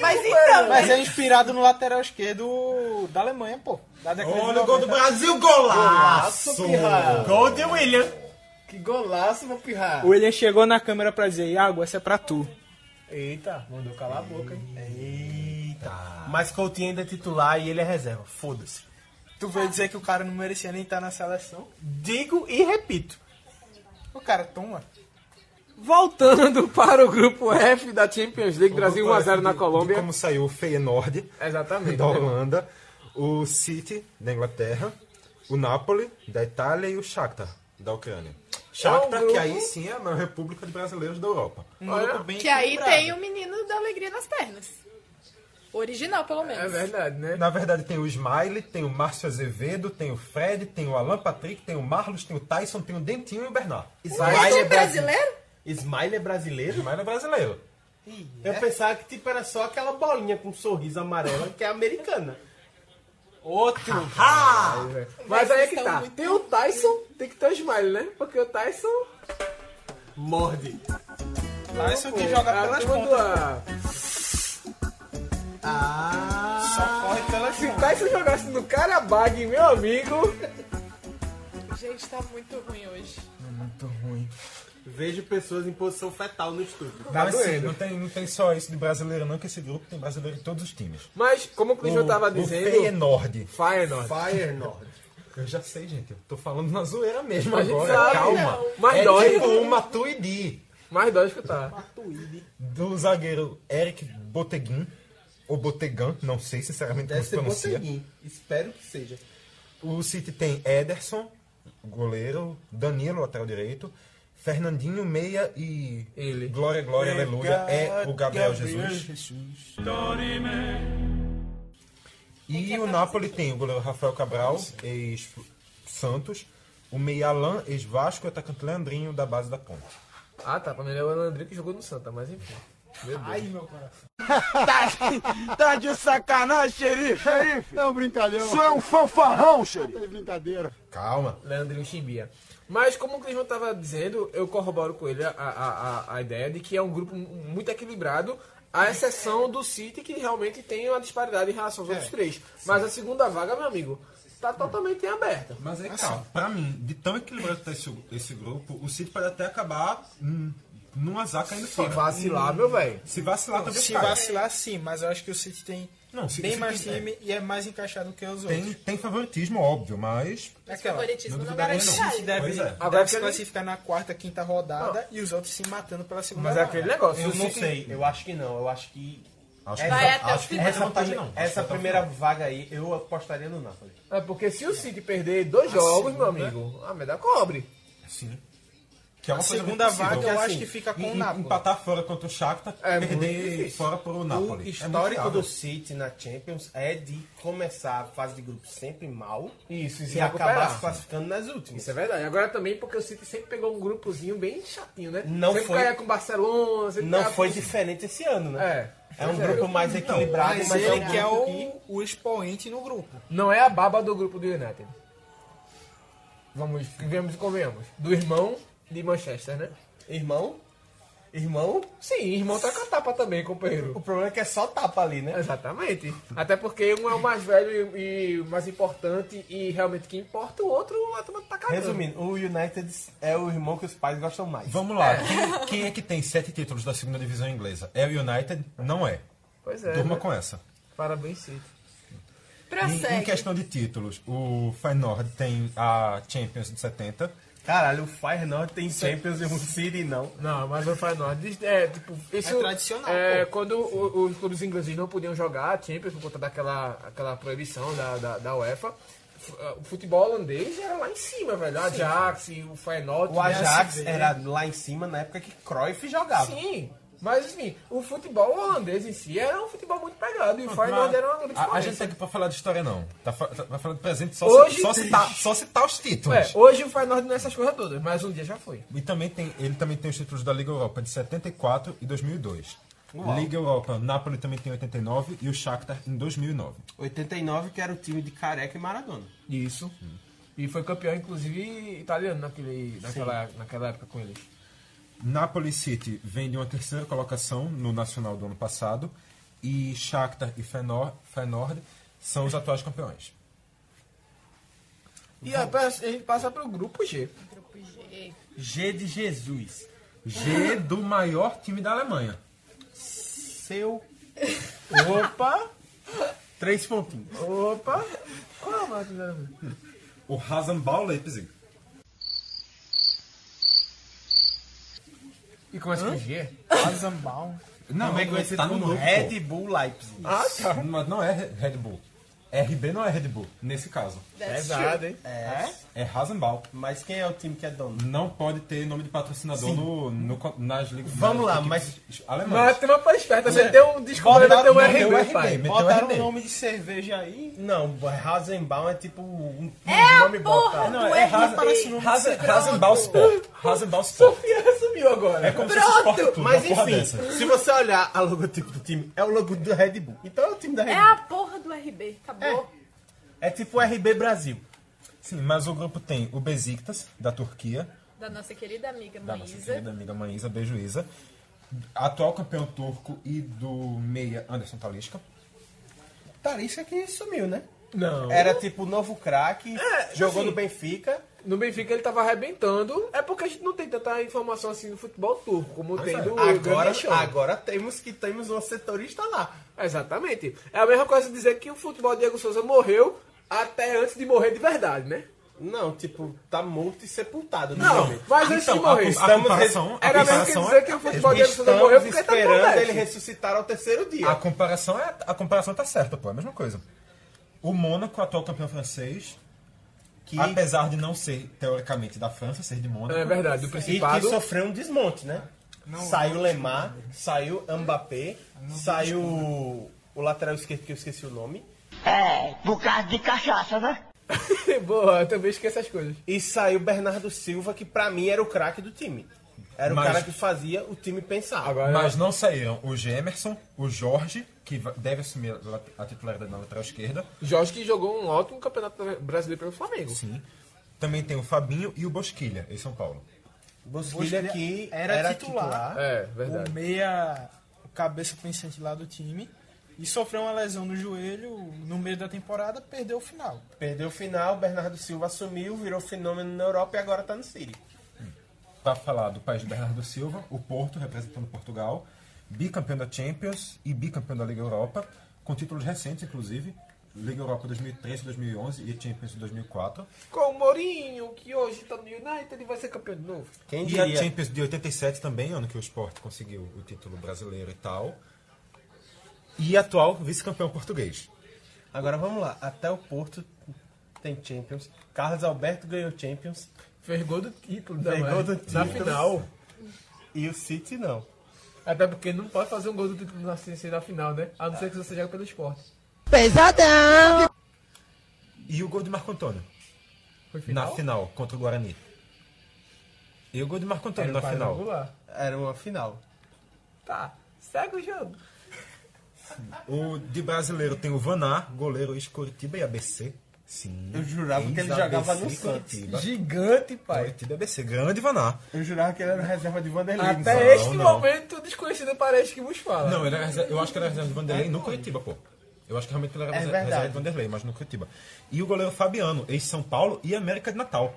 M: Mas então,
J: Mas é inspirado no lateral esquerdo da Alemanha, pô. Da década de
G: Olha o gol do
J: 90.
G: Brasil, golaço!
F: Gol de William.
H: Que golaço, meu pirra.
J: O William chegou na câmera pra dizer, Iago, essa é pra tu.
H: Eita, mandou calar a boca, hein?
F: Eita. Mas Coutinho ainda é titular e ele é reserva. Foda-se.
J: Tu veio dizer que o cara não merecia nem estar na seleção?
F: Digo e repito.
J: O cara toma.
H: Voltando para o grupo F da Champions League,
G: um
H: Brasil 1x0 na
G: De- de
H: Colômbia.
G: Como saiu o Feyenoord
H: Exatamente.
G: da
H: né?
G: Holanda, o City da Inglaterra, o Napoli, da Itália, e o Shakhtar, da Ucrânia. Shakhtar, que aí sim é a maior república de brasileiros da Europa. Um
M: Olha,
G: grupo bem
M: que aí
G: equilibrado.
M: tem o menino da alegria nas pernas. Original, pelo
H: É
M: menos.
G: verdade, né? Na verdade tem o Smiley, tem o Márcio Azevedo, tem o Fred, tem o Alan Patrick, tem o Marlos, tem o Tyson, tem o Dentinho e o Bernardo.
F: Smiley
M: um
F: é brasileiro?
G: Smiley é brasileiro? Smiley é brasileiro.
F: Eu pensava que tipo, era só aquela bolinha com um sorriso amarelo que é americana. Ah,
H: Outro! Mas
F: Vocês
H: aí é que
F: estão
H: tá.
F: muito
H: Tem o Tyson, tem que ter o Smiley, né? Porque o Tyson.
F: Morde.
H: Tyson que joga pelas pontas. Ah! Só corre pelas Tá, Se o Tyson jogasse no Carabag, meu amigo.
M: Gente, tá muito ruim hoje.
F: Muito ruim. Vejo pessoas em posição fetal no estúdio. Tá
G: Mas sim, não tem, não tem só isso de brasileiro não, que esse grupo tem brasileiro em todos os times.
H: Mas, como o Clisman tava
G: O
H: dizendo.
G: Feyenoord.
H: Feyenoord.
G: Feyenoord. Eu já sei, gente. Eu tô falando na zoeira mesmo
H: A gente
G: agora.
H: sabe.
G: Calma.
H: Não. Mas
G: é
H: dói.
G: tipo um Matuidi.
H: Mais dói escutar.
G: Do zagueiro Eric Boteguin. Ou Botegan, não sei sinceramente
F: Deve ser
G: como se pronuncia.
F: Boteguin. Espero que seja.
G: O City tem Ederson, goleiro, Danilo, lateral direito, Fernandinho, meia e Ele. Glória, Glória, Aleluia é o Gabriel, Jesus. E o Napoli tem o goleiro Rafael Cabral, ex-Santos, o meia Alain, ex-Vasco e o atacante Leandrinho, da base da Ponte.
H: Ah, tá. Pra mim é o André que jogou no Santa, mas enfim. Meu Deus.
G: Ai,
H: meu coração.
R: tá, tá de sacanagem, xerife. Xerife. É um brincalhão.
H: Isso é um fanfarrão, xerife.
R: É brincadeira.
G: Calma.
H: Leandrinho Chibia. Mas como o Clisman tava dizendo, eu corroboro com ele a, a, a, a ideia de que é um grupo muito equilibrado, à exceção do City, que realmente tem uma disparidade em relação aos outros três. Mas a segunda vaga, meu amigo, tá totalmente em aberta.
G: Mas é Assim, pra mim, de tão equilibrado que tá esse, esse grupo, o City pode até acabar hum, numa zaca ainda
J: Se
G: fora.
J: vacilar,
G: Hum.
J: meu velho.
G: Se vacilar,
J: Não,
G: também
J: se
G: cai.
J: vacilar, sim, mas eu acho que o City tem
G: Não, se-
J: bem
G: se
J: mais
G: quiser.
J: time e é mais encaixado que os
G: Tem,
J: outros.
G: tem favoritismo, óbvio, mas...
J: É aquela,
M: favoritismo não
J: duvidaria,
M: garante
J: O City
M: nada.
J: deve,
G: Pois é.
J: deve
G: Agora
J: se
G: que ele-
J: classificar na quarta, quinta rodada e os outros se matando pela segunda
F: Mas é
J: rodada.
F: aquele negócio, Eu o não City- sei, eu acho que não, eu acho que...
J: que Vai não, até o acho que final.
F: Essa, prime-
J: não tem vantagem, não.
F: essa
J: Acho que não tem
F: primeira vaga aí, eu apostaria no Napoli.
H: É porque se o City perder dois jogos, meu
F: né?
H: amigo, a medalha cobre.
G: Sim. Que é uma
H: A
G: coisa
H: segunda
G: muito possível.
H: vaga, eu
G: Porque, assim,
H: acho que fica com
G: em-
H: o
G: em-
H: Napoli.
G: Empatar fora contra o Shakhtar,
F: É muito
G: perder
F: difícil.
G: fora pro Napoli. É
F: O
G: muito
F: histórico
G: viável.
F: do City na Champions é de começar a fase de grupo sempre mal
H: Isso, isso
F: e
H: é
F: acabar
H: recuperar.
F: se classificando nas últimas.
H: Isso é verdade. Agora também porque o City sempre pegou um grupozinho bem chatinho, né?
F: Não
H: sempre
F: foi-
H: caía com o Barcelona, sempre
F: Não
H: caía
F: foi
H: com-
F: diferente esse ano, né?
H: É.
F: É um grupo mais equilibrado,
J: mas,
F: mas é um
J: ele que é
F: grupo
J: o, o expoente no grupo.
H: Não é a baba do grupo do United. Vamos, vemos e convenhamos. Do irmão de Manchester, né?
F: Irmão? Irmão?
H: Sim, irmão tá com a tapa também, companheiro.
F: O problema é que é só tapa ali, né?
H: Exatamente. Até porque um é o mais velho e, e o mais importante e realmente que importa, o outro a turma tá cagando.
F: Resumindo, o United é o irmão que os pais gostam mais.
G: Vamos lá, quem, quem é que tem sete títulos da segunda divisão inglesa? É o United? Não é.
H: Pois é.
G: Durma
H: né?
G: com essa.
H: Parabéns, City.
G: Em, é em questão de títulos, o Feyenoord tem a Champions de 70.
F: Caralho, o Feyenoord tem Champions e o City não.
H: Não, mas o Feyenoord é, tipo, isso
F: É tradicional,
H: é,
F: pô.
H: quando o- os clubes ingleses não podiam jogar a Champions por conta daquela aquela proibição da, da, da UEFA, fu- ah, o futebol holandês era lá em cima, velho. O
F: Sim.
H: Ajax, e o Feyenoord, né?
F: O Ajax
H: PSV.
F: era lá em cima na época que Cruyff jogava.
H: Sim, mas enfim, o futebol holandês em si era um futebol muito pegado e o Feyenoord era uma grande
G: Ah, a, a
H: expoência.
G: gente tá aqui pra falar de história, não. Tá, fa- tá- vai falar de presente só,
H: Hoje-
G: ci- só, citar, só citar os títulos.
H: Ué, hoje o Feyenoord não é essas coisas todas, mas um dia já foi.
G: E também tem, ele também tem os títulos da Liga Europa de 74 e 2002.
F: Uau.
G: Liga Europa, o Napoli também tem 89 e o Shakhtar em 2009.
F: 89 que era o time de Careca e Maradona.
H: Isso. E foi campeão, inclusive, italiano naquele, naquela, naquela época com eles.
G: Napoli City vem de uma terceira colocação no Nacional do ano passado e Shakhtar e Fenor- Feyenoord são os atuais campeões.
H: E a, a gente passa pro grupo G.
M: Grupo G.
G: G de Jesus. G do maior time da Alemanha.
F: Seu.
H: Opa!
G: Três pontinhos.
H: Opa! Qual é a marca da
G: O Hasenbau Leipzig.
H: E começa com G?
J: Rosenbaum.
G: Não,
F: Também
G: não, é
F: conhecido
G: tá no
F: como
G: grupo.
F: Red Bull Leipzig.
G: Ah, tá. Mas não é Red Bull. RB não é Red Bull, nesse caso.
F: That's Pesado, true. hein?
G: É? É Rasenball.
F: Mas quem é o time que é dono?
G: Não pode ter nome de patrocinador
F: Sim.
G: no, no, co- nas ligas.
F: Vamos
G: nas
F: lá,
G: equipes alemãs.
H: Mas tem uma pra esperta,
G: é.
H: você deu um descoberto
F: Botaram-
H: até o
F: não,
H: RB,
F: deu o
H: pai.
F: meteu
H: Botaram
F: o RB.
H: o
F: um nome de cerveja aí? Não, Rasenbaum é tipo um
H: É
F: um
H: a
F: nome
H: porra
F: botado.
H: do Não, é RB. Rasen-
F: parece nome de
G: Rasen-
F: cerveja.
G: Rasenbaum Sport. Rasenbaum Sport.
H: Sumiu agora.
G: É como se fosse Sport Clube,
F: Mas
G: uma porra
F: enfim,
G: dessa.
F: se você olhar a logotipo do time, é o logo do Red Bull. Então é o time da Red
M: É
F: Bull.
M: a porra do RB, acabou.
F: É tipo o RB Brasil.
G: Sim, mas o grupo tem o Besiktas, da Turquia,
M: Da nossa querida amiga
G: da nossa
M: Maísa.
G: querida amiga Maísa, beijo Isa, atual campeão turco e do meia Anderson Talisca.
F: Talisca que Tá, sumiu, né?
H: Não.
F: Era tipo o novo craque, jogou
H: assim,
F: no Benfica.
H: No Benfica ele tava arrebentando. É porque a gente não tem tanta informação assim do futebol turco como
G: é.
H: tem do
F: é,
H: né?
F: Agora,
H: Grande Show.
F: agora temos que temos um setorista lá.
H: Exatamente. É a mesma coisa dizer que o futebol Diego Souza morreu até antes de morrer de verdade, né?
F: Não, tipo, tá morto e sepultado. né?
H: Não,
F: momento.
H: mas antes
G: Então,
H: de morrer.
F: estamos
G: comparação-
F: res-
G: a
F: era mesmo que
G: comparação
F: dizer
G: é
F: que
G: a
F: o
G: mesma.
F: futebol dele só
G: Estamos
F: morreu porque tá
G: esperando
F: esperando
G: ele
F: ele ressuscitar ao terceiro dia.
G: A comparação, é, a comparação tá certa, pô, é a mesma coisa. O Mônaco, atual campeão francês, que apesar de não ser, teoricamente, da França, ser de Mônaco.
H: É verdade, do Principado.
F: E que sofreu um desmonte, né? saiu Lemar, saiu Mbappé, saiu o- o lateral esquerdo que eu esqueci o nome. É, por causa de cachaça, né?
H: Boa, eu também esqueço as coisas.
F: E saiu Bernardo Silva, que pra mim era o craque do time. Era
G: Mas-
F: o cara que fazia o time pensar.
G: Mas não saíram o Gemerson, o Jorge, que va- deve assumir a lat- a titularidade na lateral esquerda.
H: Jorge que jogou um ótimo campeonato brasileiro pelo Flamengo.
G: Sim. Também tem o Fabinho e o Bosquilha, em São Paulo.
F: Bosquilha que era titular.
H: É, verdade.
J: O meia cabeça pensante lá do time. E sofreu uma lesão no joelho no meio da temporada, perdeu o final.
F: Perdeu o final, Bernardo Silva assumiu, virou fenômeno na Europa e agora tá no City.
G: Pra falar do país de Bernardo Silva, o Porto, representando Portugal, bicampeão da Champions e bicampeão da Liga Europa, com títulos recentes, inclusive, Liga Europa 2003 e 2011 e Champions 2004.
H: Com o Mourinho, que hoje tá no United e vai ser campeão de novo.
G: e a Champions de 87 também, ano que o Sport conseguiu o título brasileiro e tal. E atual vice-campeão português.
F: Agora vamos lá, até o Porto tem Champions. Carlos Alberto ganhou Champions.
H: Fez gol do título,
F: Fez
H: ainda
F: gol
H: mais.
F: do
H: Na
G: Então,
F: título.
H: final.
F: E o City não.
H: Até porque não pode fazer um gol do título na, na final, né? A não ser que você joga pelo esporte.
G: Pesadão! E o gol de Marco Antônio.
H: Foi
G: Na final, contra o Guarani. E o gol de Marco Antônio
H: Era um
G: na final.
H: quadrangular.
F: Era uma final.
H: Tá, segue o jogo.
G: O de brasileiro tem o Vanar, goleiro ex-Curitiba e ABC. Sim.
F: Eu jurava que ele jogava no
G: ex-ABC Curitiba.
F: Santos. Gigante, pai.
G: Curitiba e ABC. Grande Vanar.
F: Eu jurava que ele era reserva de Vanderlei.
G: Não,
H: Até este
G: não.
H: momento, o desconhecido parece que vos fala.
G: Não, ele era reserva- eu acho que ele era reserva de Vanderlei no Curitiba, pô. Eu acho que realmente ele era
H: É
G: reserva-
H: verdade.
G: reserva de Vanderlei, mas no Curitiba. E o goleiro Fabiano, ex-São Paulo e América de Natal.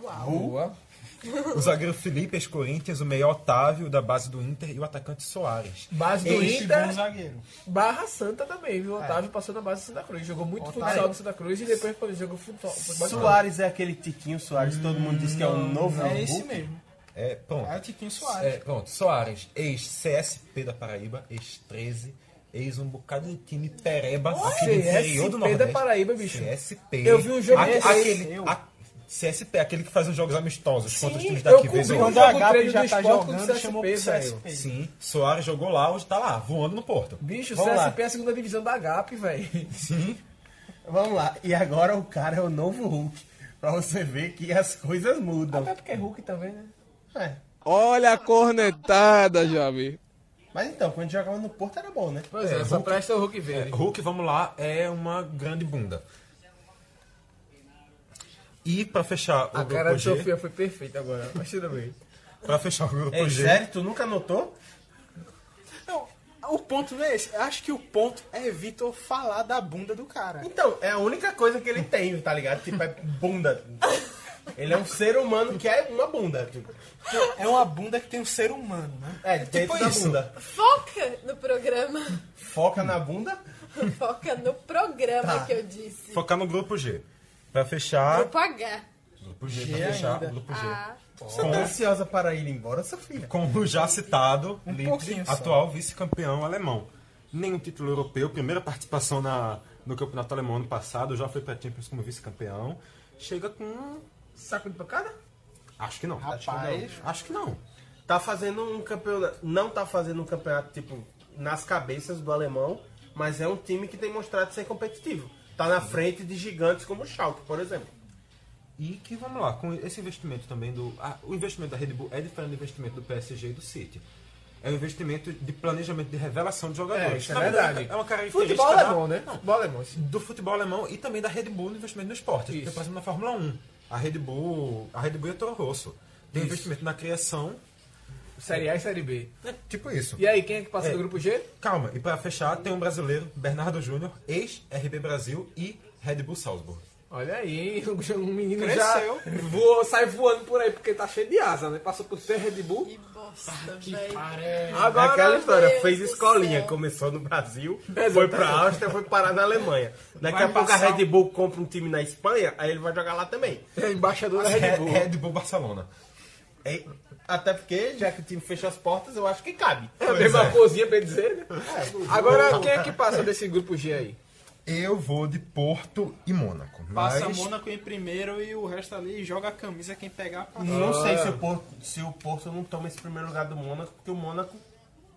G: Boa. O zagueiro Felipe, ex-Corinthians, o meio Otávio, da base do Inter, e o atacante Soares.
H: Base do
G: Este
H: Inter.
G: bom zagueiro.
H: Barra Santa também, viu? Otávio passou na base do Santa Cruz. Jogou muito
F: Otávio.
H: futsal do Santa Cruz e depois pô, jogou futsal. futebol de campo.
F: Soares é aquele Tiquinho Soares, todo mundo diz que é o novo
G: é
F: Hulk.
G: esse mesmo. É, pronto.
F: É o Tiquinho Soares.
G: É, pronto, Soares, ex-CSP da Paraíba, ex-13, ex um bocado de time pereba aqui do
H: CSP
G: interior do
H: da
G: Nordeste.
H: Paraíba, bicho.
G: CSP.
H: Eu vi um jogo
G: A-
H: desse.
G: aquele, a- CSP, aquele que faz os jogos amistosos contra os times
H: eu
G: daqui.
H: cobri
G: vez ou
H: um jogo
G: outra.
H: Quando a treino Gabi do já tá esporte jogando, contra o chamou CSP, pro velho.
G: CSP. Sim, Soares jogou lá, hoje tá lá, voando no Porto.
H: Bicho, o
G: Vamos lá.
H: CSP é a segunda divisão da HAP, velho.
G: Sim.
F: Vamos lá. E agora o cara é o novo Hulk. Pra você ver que as coisas mudam.
H: Até porque é Hulk também, né?
F: É.
E: Olha a cornetada, Javi.
F: Mas então, quando jogava no Porto era bom, né?
H: Pois é, só presta o Hulk verde.
G: É, Hulk, vamos lá, é uma grande bunda. E pra fechar o
H: A
G: grupo
H: cara de
G: G,
H: Sofia foi perfeita agora, mas tudo bem.
G: pra fechar o
H: É,
G: grupo
F: Ei,
G: G,
F: É sério? Tu nunca notou?
J: O ponto não é esse. Acho que o ponto é Vitor falar da bunda do cara.
F: Então, é a única coisa que ele tem, tá ligado? Tipo, é bunda. Ele é um ser humano que é uma bunda. Tipo.
J: É uma bunda que tem um ser humano, né?
F: É,
H: Tipo
F: dentro da bunda.
M: Foca no programa.
F: Foca na bunda.
M: Foca no programa
G: Tá.
M: que eu disse.
G: focar no grupo G. Pra fechar.
M: Grupo H.
G: Grupo G,
F: G
G: pra fechar
F: ainda.
G: o grupo G.
M: Ah.
F: Você tá
G: Com,
F: ansiosa para ir embora, Sofia?
G: com o já citado Leipzig,
F: Um pouquinho só.
G: atual vice-campeão alemão. Nenhum título europeu, primeira participação na no campeonato alemão ano passado, já foi pra Champions como vice-campeão. Chega com. um
H: Saco de pancada?
G: Acho que não.
H: Rapaz.
G: Acho que não.
F: Tá fazendo um campeonato. Não tá fazendo um campeonato, tipo, nas cabeças do alemão, mas é um time que tem mostrado ser competitivo. Tá na frente de gigantes como o Schalke, por exemplo.
G: E que vamos lá, com esse investimento também do. ah, o investimento da Red Bull é diferente do investimento do PSG e do City. É um investimento de planejamento de revelação de jogadores.
H: É, isso é
G: Também
H: verdade.
G: É uma característica.
H: Futebol
G: da-
H: alemão, né? Futebol alemão, sim.
G: Do futebol alemão e também da Red Bull no investimento no esporte. Porque, por exemplo, na Fórmula 1, a Red Bull. A Red Bull e a Toro Rosso. Tem um investimento na criação.
H: Série A e Série B.
G: É, tipo isso.
H: E aí, quem é que passa
G: É.
H: do grupo G?
G: Calma, e pra fechar, tem um brasileiro, Bernardo Júnior, ex-RB Brasil e Red Bull Salzburg.
H: Olha aí, o menino
G: Cresceu.
H: já voou, sai voando por aí porque tá cheio de asa, né? Passou por ser Red Bull. Que
M: bosta,
G: Tá
H: velho.
F: é
H: Agora,
F: aquela história,
H: meu
F: fez
H: Deus do
F: escolinha,
H: céu.
F: começou no Brasil,
H: Exatamente.
F: foi pra Áustria, foi parar na Alemanha. Daqui
H: Vai
F: a pouco a
H: passar-
F: Red Bull compra um time na Espanha, aí ele vai jogar lá também.
H: É embaixador da
F: Mas
H: Red
F: Re-
H: Bull.
G: Red Bull Barcelona.
F: É, até porque, já que o time fechou as portas, eu acho que cabe.
H: É a mesma cozinha pra dizer, né? Agora, quem é que passa desse grupo G aí?
G: Eu vou de Porto e Mônaco.
J: Passa
G: mas-
J: Mônaco em primeiro e o resto ali joga a camisa quem pegar passa.
F: Não sei
G: Ah.
F: se o, Porto, se o Porto não toma esse primeiro lugar do Mônaco, porque o Mônaco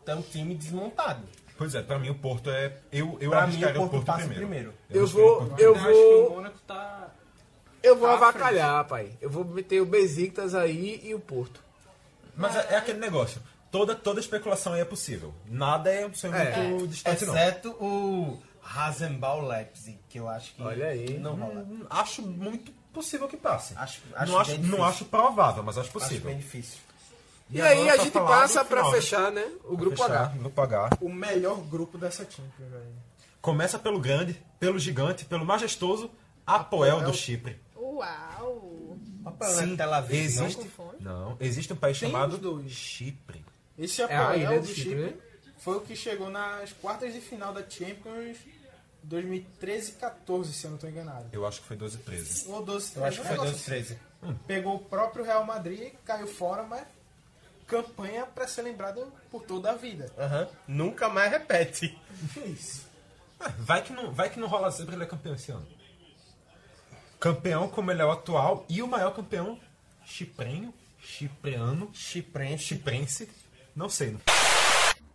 F: é um time desmontado.
G: Pois é, pra mim o Porto é. Eu, eu
F: Pra
G: arriscaria
F: mim, o
G: o Porto,
F: Porto passa
G: primeiro.
F: primeiro.
G: Eu
H: Eu
G: arriscaria o
H: vou,
G: Porto
H: eu
G: primeiro. Eu acho que o
H: vou,
J: Mônaco tá.
H: eu vou avacalhar, pai. Eu vou meter o Besiktas aí e o Porto.
G: Mas é, é aquele negócio. Toda, toda especulação aí é possível. Nada é um sonho
H: É.
G: muito distante, não.
S: Exceto o Rasenball Leipzig, que eu acho que
G: Olha aí.
S: não rola.
G: Acho muito possível que passe.
S: Acho,
G: não,
S: bem
G: acho,
S: difícil.
G: não acho provável, mas acho possível.
S: bem difícil.
H: E, aí
G: agora
H: a
G: pra
H: gente
G: falar
H: passa
G: do
H: pra
G: final, né?
H: fechar, né? O
G: Pra
H: grupo
G: fechar,
H: H.
G: Grupo H.
T: O melhor grupo dessa Champions, velho.
G: Começa pelo grande, pelo gigante, pelo majestoso Apoel do Chipre.
M: Uau!
F: é
G: Sim, existe. né? Não, existe um país
J: Tem
G: chamado
J: os dois.
G: Chipre.
J: Esse
G: É a
J: apoio
G: ilha
J: do
G: do Chipre,
J: Chipre
G: né?
J: foi o que chegou nas quartas de final da Champions 2013 e 14, se eu não estou enganado.
G: Eu acho que foi 12 e 13.
J: Ou 12
G: Eu acho que foi
J: 12
G: 13.
J: Pegou o próprio Real Madrid, caiu fora, mas campanha para ser lembrado por toda a vida.
F: Aham. Nunca mais repete.
J: Isso.
G: É, Vai que não, vai que não rola sempre ele é campeão esse ano. Campeão como ele é o atual e o maior campeão chiprenho, chipreano, chiprense, chiprense. Não sei.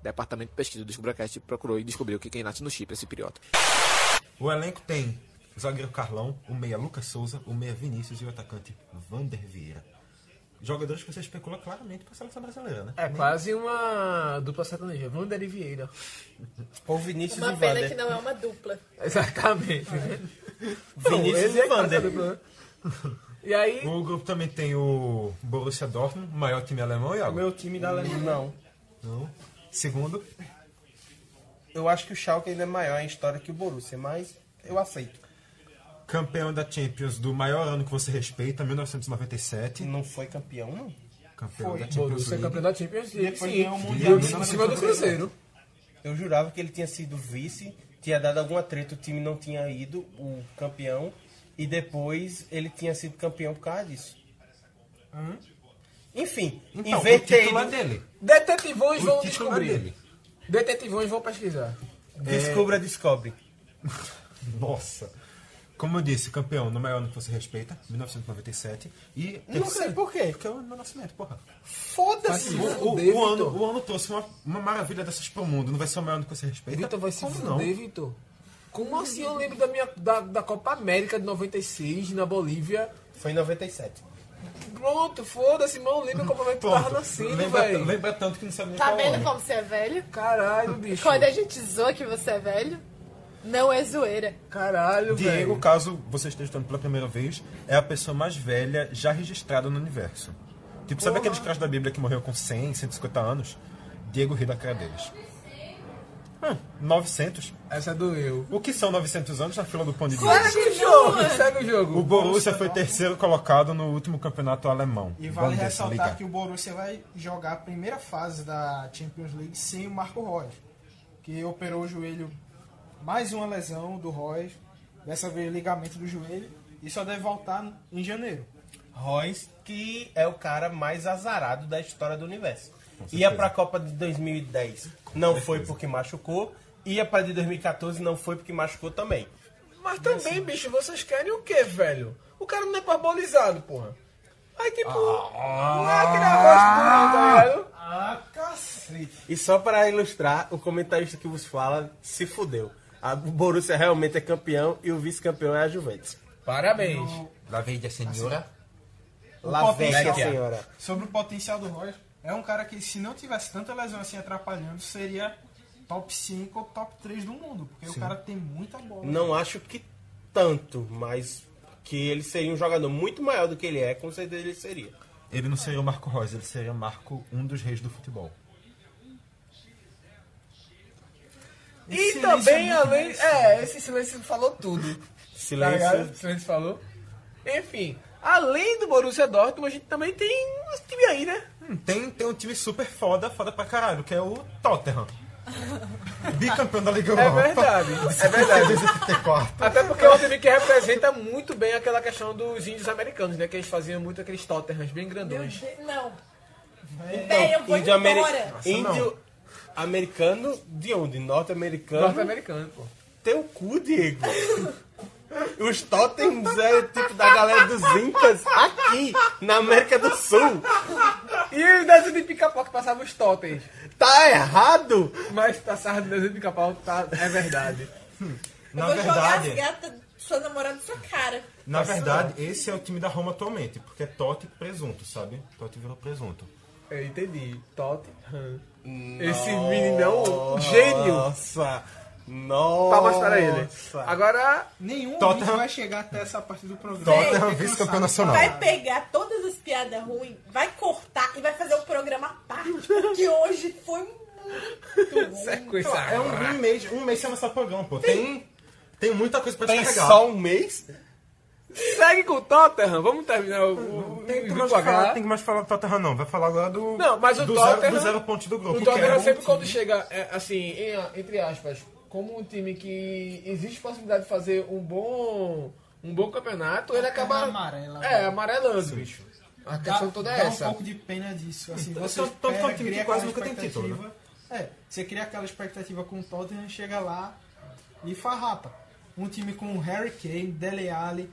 E: Departamento de Pesquisa do Descubracast procurou e descobriu que quem nasce no Chipre é cipriota.
G: O elenco tem o zagueiro Carlão, o meia Lucas Souza, o meia Vinícius e o atacante Vander Vieira. Jogadores que você especula claramente para a seleção brasileira, né?
H: É quase uma dupla sertaneja. Vander e Vieira.
F: Ou Vinícius
M: Uma pena que não é uma dupla.
H: Exatamente. né?
G: Vinícius
H: Esse
G: e
H: é quase
G: Vander.
H: a dupla, né? E aí?
G: O grupo também tem o Borussia Dortmund, o maior time alemão, e O
F: meu time da Alemanha. Não.
G: Não. Segundo,
F: Eu acho que o Schalke ainda é maior em história que o Borussia, mas eu aceito.
G: campeão da Champions do maior ano que você respeita, 1997.
F: Não foi campeão, não?
G: Campeão da Champions
H: Borussia é
G: League.
H: campeão da Champions League.
F: Depois
H: Sim.
F: ganhou o
H: E
F: Mundial.
H: eu em cima do Cruzeiro.
F: Eu jurava que ele tinha sido vice, tinha dado alguma treta, o time não tinha ido, o campeão, e depois ele tinha sido campeão por causa disso. Enfim,
G: Hum? Então,
F: inventei.
G: o título é dele.
H: Detetivões
G: O
H: vão
G: título
H: descobrir.
G: dele.
H: Detetivões vão pesquisar.
G: é-
F: Descubra, descobre.
G: Nossa. Como eu disse, campeão no maior ano que você respeita, 1997. E
H: Não sei
G: por quê. Porque é o meu nascimento, porra.
H: Foda-se.
G: O, o- o ano, o ano trouxe uma, uma maravilha dessas pro mundo. Não vai ser o maior ano que você respeita?
H: Vitor vai se
G: Como
H: fuder, Vitor. Como assim eu lembro da minha da, da Copa América de 96 na Bolívia?
F: Foi em 97.
H: Pronto, foda-se, irmão. Lembra como é que tu
G: Pronto.
H: tava nascendo,
G: Lembra-
H: velho?
G: Lembra tanto que não sabe nem
M: Tá
G: qual
M: vendo
G: ano.
M: como você é velho?
H: Caralho, bicho.
M: Quando a gente zoa que você é velho, não é zoeira. é?
H: Caralho,
G: Diego, caso você esteja estudando pela primeira vez, é a pessoa mais velha já registrada no universo. Tipo, sabe
H: Porra.
G: aqueles caras da Bíblia que morreram com 100, 150 anos? Diego ri da cara deles. Hum, 900.
H: Essa doeu.
G: O que são 900 anos na fila do pão de Deus?
H: Segue o jogo, segue o jogo.
G: O Borussia foi terceiro colocado no último campeonato alemão.
J: E vale
G: Bundesliga.
J: ressaltar que o Borussia vai jogar a primeira fase da Champions League sem o Marco Reus, que operou o joelho, mais uma lesão do Reus, dessa vez ligamento do joelho, e só deve voltar em janeiro.
F: Royce, que é o cara mais azarado da história do universo.
G: certeza.
F: Ia pra Copa de 2010, não foi porque machucou. ia pra de 2014 não foi porque machucou também.
H: Mas também, bicho, vocês querem o quê, velho? O cara não é parbolizado, porra. Aí, tipo, não é aquele arroz puro, tá ligado?
J: Ah, cacete.
F: E só pra ilustrar, o comentarista que vos fala se fudeu. A Borussia realmente é campeão e o vice-campeão é a Juventus.
H: Parabéns.
F: Lá vem a
J: senhora. O
F: Lá vem a
J: potencial-
F: senhora.
J: Sobre o potencial do Royce, é um cara que se não tivesse tanta lesão assim atrapalhando, seria top 5 ou top 3 do mundo, porque o cara tem muita bola.
F: Não acho que tanto, mas que ele seria um jogador muito maior do que ele é, com certeza ele seria.
G: Ele não seria o Marco Reus, ele seria Marco, um dos reis do futebol.
H: E também, além. É, esse silêncio falou tudo.
F: Silêncio.
H: Tá ligado? silêncio falou. Enfim, além do Borussia Dortmund, a gente também tem um time aí, né?
G: Hum, Tem, tem um time super foda, foda pra caralho, que é o Tottenham. Bicampeão da
H: É
G: Liga Europa.
H: verdade, é verdade.
G: 74.
H: Até porque é um time que representa muito bem aquela questão dos índios americanos, né? Que eles faziam muito aqueles Tottenhams bem grandões.
M: Não. Bem, eu vou
F: índio ameri-
M: embora.
F: índio americano de onde? Norte-americano?
H: Norte-americano, pô.
F: Teu cu, Diego. Os totems é o tipo da galera dos Incas aqui, na América do Sul.
H: E o desenho de pica-pau que passava os totens.
F: Tá errado?
H: Mas passava o desenho de pica-pau, tá, é verdade.
G: Na
M: eu vou jogar
G: verdade,
M: as gatas da sua namorada na sua cara.
G: na verdade, esse é o time da Roma atualmente, porque é Totti e presunto, sabe? Totti virou presunto.
H: Eu entendi. Tottenham. Esse meninão, um gênio.
F: Nossa. Nossa.
H: Palmas para Tá, ele. Agora,
J: nenhum
H: Tottenham-
J: ouvinte vai chegar até essa parte do programa.
H: é
G: Tottenham
H: um
J: Vai ter
G: vice-campeão
J: cansado.
G: nacional.
M: Vai pegar todas as piadas ruins, vai cortar e vai fazer um programa à parte. Porque hoje foi um muito ruim.
G: Pô, É um, um mês, um mês sem lançar programa, pô. Tem, tem muita coisa pra
F: Tem
G: descarregar.
F: só um mês?
H: Segue com o Tottenham, vamos terminar o. o
G: Tem que,
H: grupo
G: mais
H: H.
G: falar, tem que mais falar do Tottenham, não. Vai falar agora do.
H: Não, mas o
G: do
H: Tottenham.
G: Zero, do zero ponto do grupo.
H: O
G: que é
H: Tottenham
G: um
H: sempre
G: time-
H: quando chega, é, assim, em- entre aspas, como um time que existe possibilidade de fazer um bom. Um bom campeonato, ele acaba.
J: Amarela.
H: é, amarelando, bicho. A questão toda é
J: dá
H: essa.
J: um pouco de pena disso. Assim,
H: Então,
J: você
H: tanto- tanto
J: espera,
H: que o time
J: cria
H: que quase nunca
J: aquela
H: tem título, né?
J: expectativa. É, você cria aquela expectativa com o Tottenham, chega lá e farrapa. Um time com Harry Kane, Dele Alli,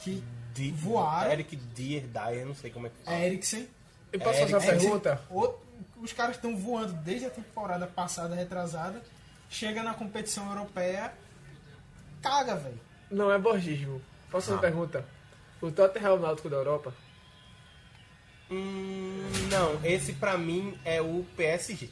J: que
F: De,
J: voaram.
F: Eric Dier, Dyer, não sei como é que
J: é Eriksen.
F: Eu posso fazer uma
J: Eriksen.
F: pergunta?
J: O- os caras estão voando desde a temporada passada, retrasada. Chega na competição europeia, caga, velho.
H: Não é borgismo. Posso fazer
G: Ah.
H: uma pergunta? O Tottenham é o Náutico da Europa?
F: Hum, não, esse pra mim é o PSG.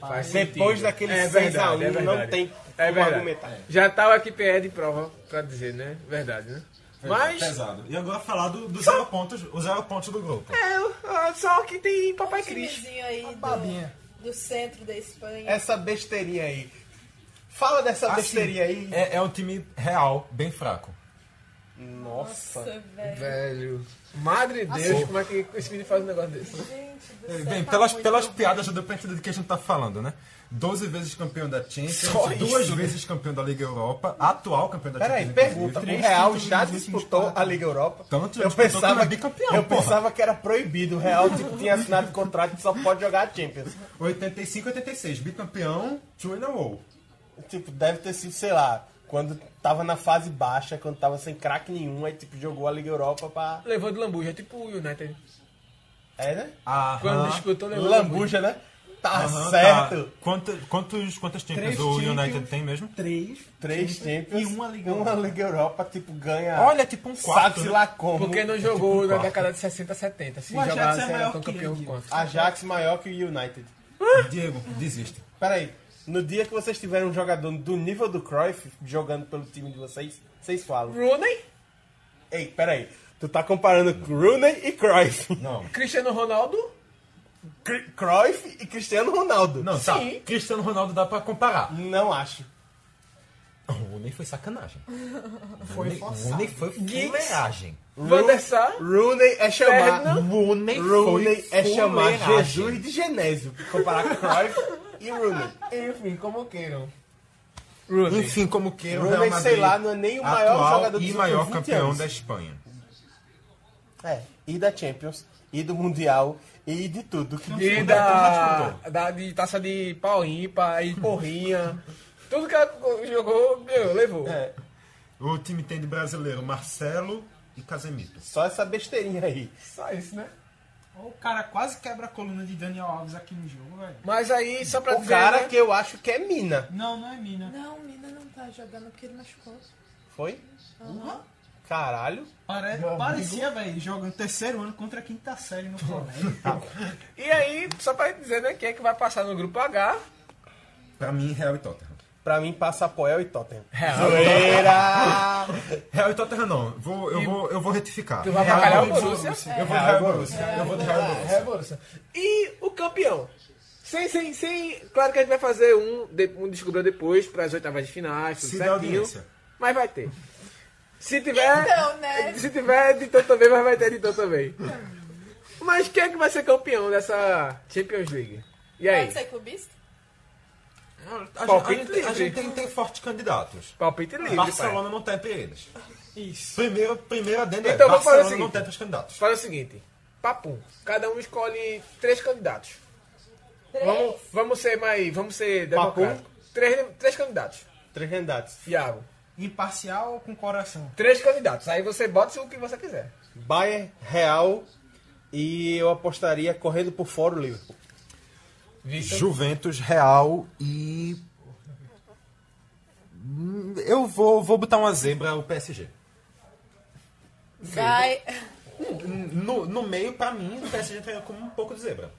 H: Faz
F: Depois
H: sentido.
F: daquele
H: É
F: 6 a 1
H: verdade, é
F: não
H: verdade.
F: tem
H: É
F: como
H: verdade.
F: argumentar.
H: Já tava aqui PE de prova pra dizer, né? Verdade, né? Mas.
G: Pesado. E agora falar do, do zero pontos, o zero pontos do grupo.
H: É, ah, só que tem Papai Cris.
M: timezinho aí
H: babinha.
M: do, do centro da Espanha.
F: Essa besteirinha aí. Fala dessa
G: Assim,
F: besteirinha aí.
G: É, é um time real, bem fraco.
F: Nossa,
M: velho.
H: Velho. Madre de Deus,
G: Assim.
H: como é que esse menino faz um negócio desse?
M: Gente do
G: É,
M: céu,
G: Bem,
M: tá
G: pelas,
M: muito
G: pelas
M: ruim.
G: piadas já deu pra entender do que a gente tá falando, né? 12 vezes campeão da Champions,
F: Só
G: duas
F: isso, né?
G: vezes campeão da Liga Europa, atual campeão da
F: Peraí,
G: Champions.
F: pergunta. O
G: inclusive.
F: Real já disputou a Liga Europa?
G: Tanto já
F: eu
G: disputou que não
F: pensava
G: é bicampeão,
F: Eu
G: porra.
F: pensava que era proibido. O Real tipo, tinha assinado contrato que só pode jogar a Champions.
G: 85 86, bicampeão, two in a row.
F: Tipo, deve ter sido, sei lá, quando tava na fase baixa, quando tava sem craque nenhum, aí tipo jogou a Liga Europa pra
H: Levou de lambuja, é tipo o United.
F: É, né?
G: Aham.
H: Quando disputou, levou
F: Lambuja, né? Tá
G: Aham,
F: certo.
G: tá. Quanta- quantos, quantas Champions
F: Três
G: o
F: Champions.
G: United tem mesmo?
J: Três.
F: Três Champions
J: E uma Liga
F: uma Liga Europa, tipo, ganha.
G: Olha, tipo um quarto,
F: Sabe-se
G: né?
F: lá como.
H: Porque não
F: É
H: jogou
F: tipo um
H: na
F: quarto.
H: década de 60, 70. Se
F: O Ajax
H: jogasse,
F: é
H: era
F: maior
H: tão
F: que
H: campeão
F: ele.
H: quanto.
F: Ajax maior que o United.
G: né? Diego, desiste.
F: Peraí. No dia que vocês tiverem um jogador do nível do Cruyff jogando pelo time de vocês, vocês falam.
H: Rooney?
F: Ei, peraí. Tu tá comparando Rooney e Cruyff.
G: Não.
H: Cristiano Ronaldo?
F: Cruyff e Cristiano Ronaldo.
G: Não, tá. Cristiano Ronaldo dá pra comparar.
F: Não acho.
G: O Rooney foi sacanagem.
J: Foi
G: Rooney-
J: forçado.
G: Rooney foi
J: Giggs.
G: fuleagem.
H: Van der Sar?
F: Rooney é chamar.
H: Ferdinand?
G: Rooney,
F: Rooney
G: foi
F: é chamar
G: fuleiragem.
F: Jesus de Genésio. Comparar Cruyff e Rooney.
H: Enfim, como queiram.
G: Enfim, como queiram.
F: Rooney,
G: Real Madrid,
F: sei lá, não é nem o maior
G: atual
F: jogador do
G: e
F: mundo
G: maior
F: por 20
G: campeão
F: anos.
G: da Espanha.
F: É, e da Champions. e do Mundial e de tudo que
H: E da, da- de taça de pau ímpar e porrinha. tudo que ela jogou, ganhou, levou.
F: É,
G: O time tem de brasileiro Marcelo e Casemiro.
F: Só essa besteirinha aí.
J: Só isso, né?
U: O cara quase quebra a coluna de Daniel Alves aqui no jogo, velho.
J: Mas aí, só pra
F: O cara
H: né?
G: né?
F: que eu acho que é Mina.
U: Não, não é mina.
M: Não, Mina não tá jogando porque ele machucou.
F: Foi?
M: Aham.
F: Caralho.
U: Pare-
F: Meu
U: parecia, velho, jogando terceiro ano contra a quinta série no Flamengo.
H: E aí, só pra dizer, né, quem é que vai passar no grupo H?
G: Pra mim, Real e Tottenham.
F: Pra mim, passa Poel e Tottenham.
G: Real.
F: Zoeira!
G: Real e Tottenham não. Vou, eu, vou, eu vou retificar.
H: Tu vai
G: Real
H: avacalhar
G: e
H: o Borussia?
G: Eu vou de Real e Borussia. Eu vou de Real e Borussia.
H: E o campeão? Sem, sem, sem. Claro que a gente vai fazer um, de- um descobriu depois, para as oitavas de finais, tudo
G: Se der
H: certinho.
G: audiência.
H: Mas vai ter. Se tiver.
M: Então, né?
H: Se tiver editor também, mas vai ter editor também. Mas quem é que vai ser campeão dessa Champions League? E aí?
M: Pode ser clubista?
G: A,
H: Palpite
G: gente, a
H: livre.
G: gente tem, tem fortes candidatos.
H: Palpite livre.
G: Barcelona não tem entre eles. Isso. Primeiro, primeiro adendo é,
H: Então vamos fazer o
G: Barcelona não
H: seguinte.
G: tem entre os candidatos.
H: Faz o seguinte: papum. Cada um escolhe três candidatos.
M: Três?
H: Vamos, vamos ser mais. Vamos ser
F: Papum.
H: democráticos. Três, três candidatos.
F: Três candidatos.
H: Iago.
U: Imparcial ou com coração?
H: Três candidatos. Aí você bota o que você quiser.
F: Bayern, Real e eu apostaria correndo por fora o Liverpool.
G: Juventus, Real e. Hum, Eu vou, vou botar uma zebra o PSG.
M: Vai.
G: No, no meio, pra mim, o PSG tá como um pouco de zebra.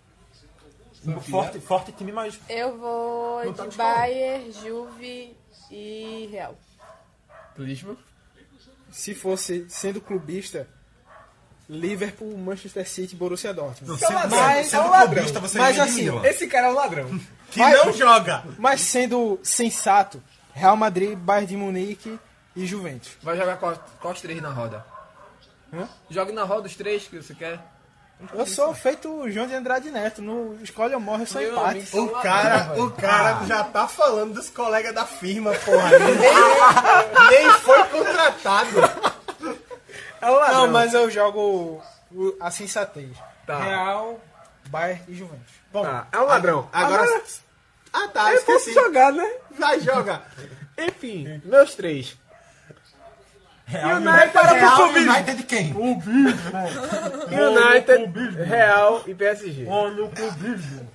G: Forte, forte time, mas.
M: Eu vou
G: Não tá
M: de
G: de fora.
M: Bayern, Juve e Real.
J: Se fosse, sendo clubista, Liverpool, Manchester City, Borussia Dortmund.
G: Não,
J: Isso é
G: sendo-
J: ladrão,
G: sendo-
J: isso é um
G: sendo
J: ladrão.
G: clubista, você
J: Mas
G: ganha de
J: assim,
G: Milan.
J: esse cara é um ladrão.
G: Que não joga.
J: Mas sendo sensato, Real Madrid, Bayern de Munique e Juventus.
H: Vai jogar qual, quais três na roda? Jogue na roda os três que você quer.
J: Eu sou feito o João de Andrade Neto, no escolhe ou morre, eu sou
H: Meu amigo,
J: empate.
H: sou O cara- ladrão, velho. o cara
G: Ah.
F: já tá falando dos colegas da firma, porra. nem, nem foi contratado.
H: É
J: Não, mas eu jogo o- a sensatez.
H: Tá.
J: Real, Bayern e Juventus. Bom,
H: Tá, é um ladrão.
F: Agora.
H: Agora-
F: Ah tá,
H: eu
F: esqueci.
H: posso jogar, né?
F: Vai jogar. É.
H: Enfim, meus três.
G: Real,
H: United para pro
G: Real,
H: clubismo.
G: United de quem?
H: United, Real e PSG.
G: Olha o clubismo.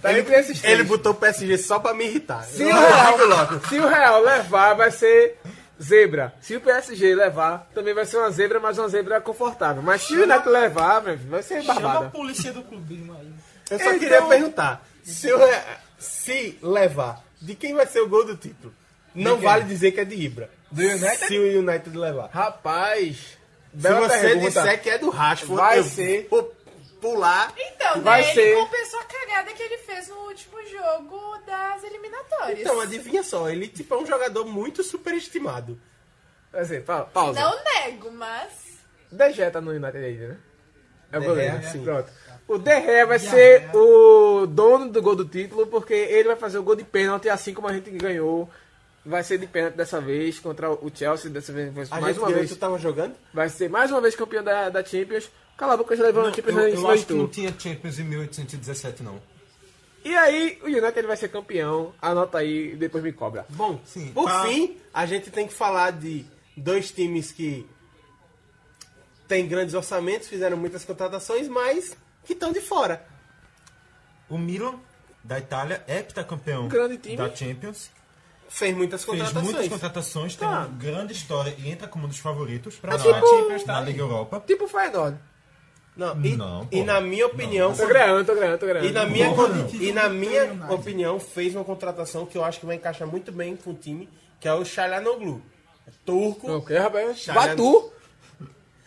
H: Tá entre esses três.
F: Ele botou o PSG só pra me irritar.
H: Se o, Real, se o Real levar, vai ser zebra. Se o PSG levar, também vai ser uma zebra, mas uma zebra confortável. Mas se o United levar, meu filho, vai ser
U: Chama a
H: barbada. Então-
U: polícia do clubismo aí.
F: Eu só queria perguntar. Se, eu, se levar, de quem vai ser o gol do título? Não
H: quem?
F: vale dizer que é de Ibra.
H: Do United?
F: Se o United levar.
H: Rapaz,
F: Se
H: bela
F: você
H: pergunta.
F: disser que é do Rashford,
H: Vai
F: eu
H: ser.
F: vou pular.
M: Então,
H: Vai
M: né,
H: ser.
M: ele compensou a cagada que ele fez no último jogo das eliminatórias.
F: Então, adivinha só, ele tipo, é um jogador muito superestimado.
H: Vai ser, Assim, pa- pausa.
M: Não nego, mas.
H: Dejeta no United ainda, né? É o
F: De
H: goleiro,
F: Gea,
H: sim.
F: sim.
H: Pronto. O De Gea vai ser o dono do gol do título, porque ele vai fazer o gol de pênalti, assim como a gente ganhou. Vai ser de pênalti dessa vez, contra o Chelsea, dessa vez, vai ser
F: A
H: mais
F: gente
H: uma
F: ganhou,
H: vez.
F: tu tava jogando?
H: Vai ser mais uma vez campeão da, da Champions. Cala a boca, já levou a
G: Eu,
H: Champions na
G: eu
H: cima de
G: acho que
H: tu.
G: não tinha Champions em 1817, não.
H: E aí, o United vai ser campeão. Anota aí e depois me cobra.
F: Bom,
G: Sim,
F: por
G: tá.
F: fim, a gente tem que falar de dois times que têm grandes orçamentos, fizeram muitas contratações, mas que estão de fora.
G: O Milan da Itália é heptacampeão
H: Grande time.
G: da Champions.
F: Fez muitas
G: Fez
F: contratações. Ah.
G: muitas contratações, tem uma grande história e entra como um dos favoritos pra
H: É
G: dar
H: tipo-
G: a Champions na Liga Europa.
H: Tipo o Feyenoord.
F: Não, e,
G: Não,
F: e
G: pô.
F: na minha opinião,
H: Tô ganhando, tô ganhando, tô ganhando.
F: e na minha,
G: Não,
F: con-
G: não.
F: e na minha opinião, fez uma contratação que eu acho que vai encaixar muito bem com o time, que é o Shalanoglu. É turco.
H: O quê, rapaz?
F: Chara-
H: Batu.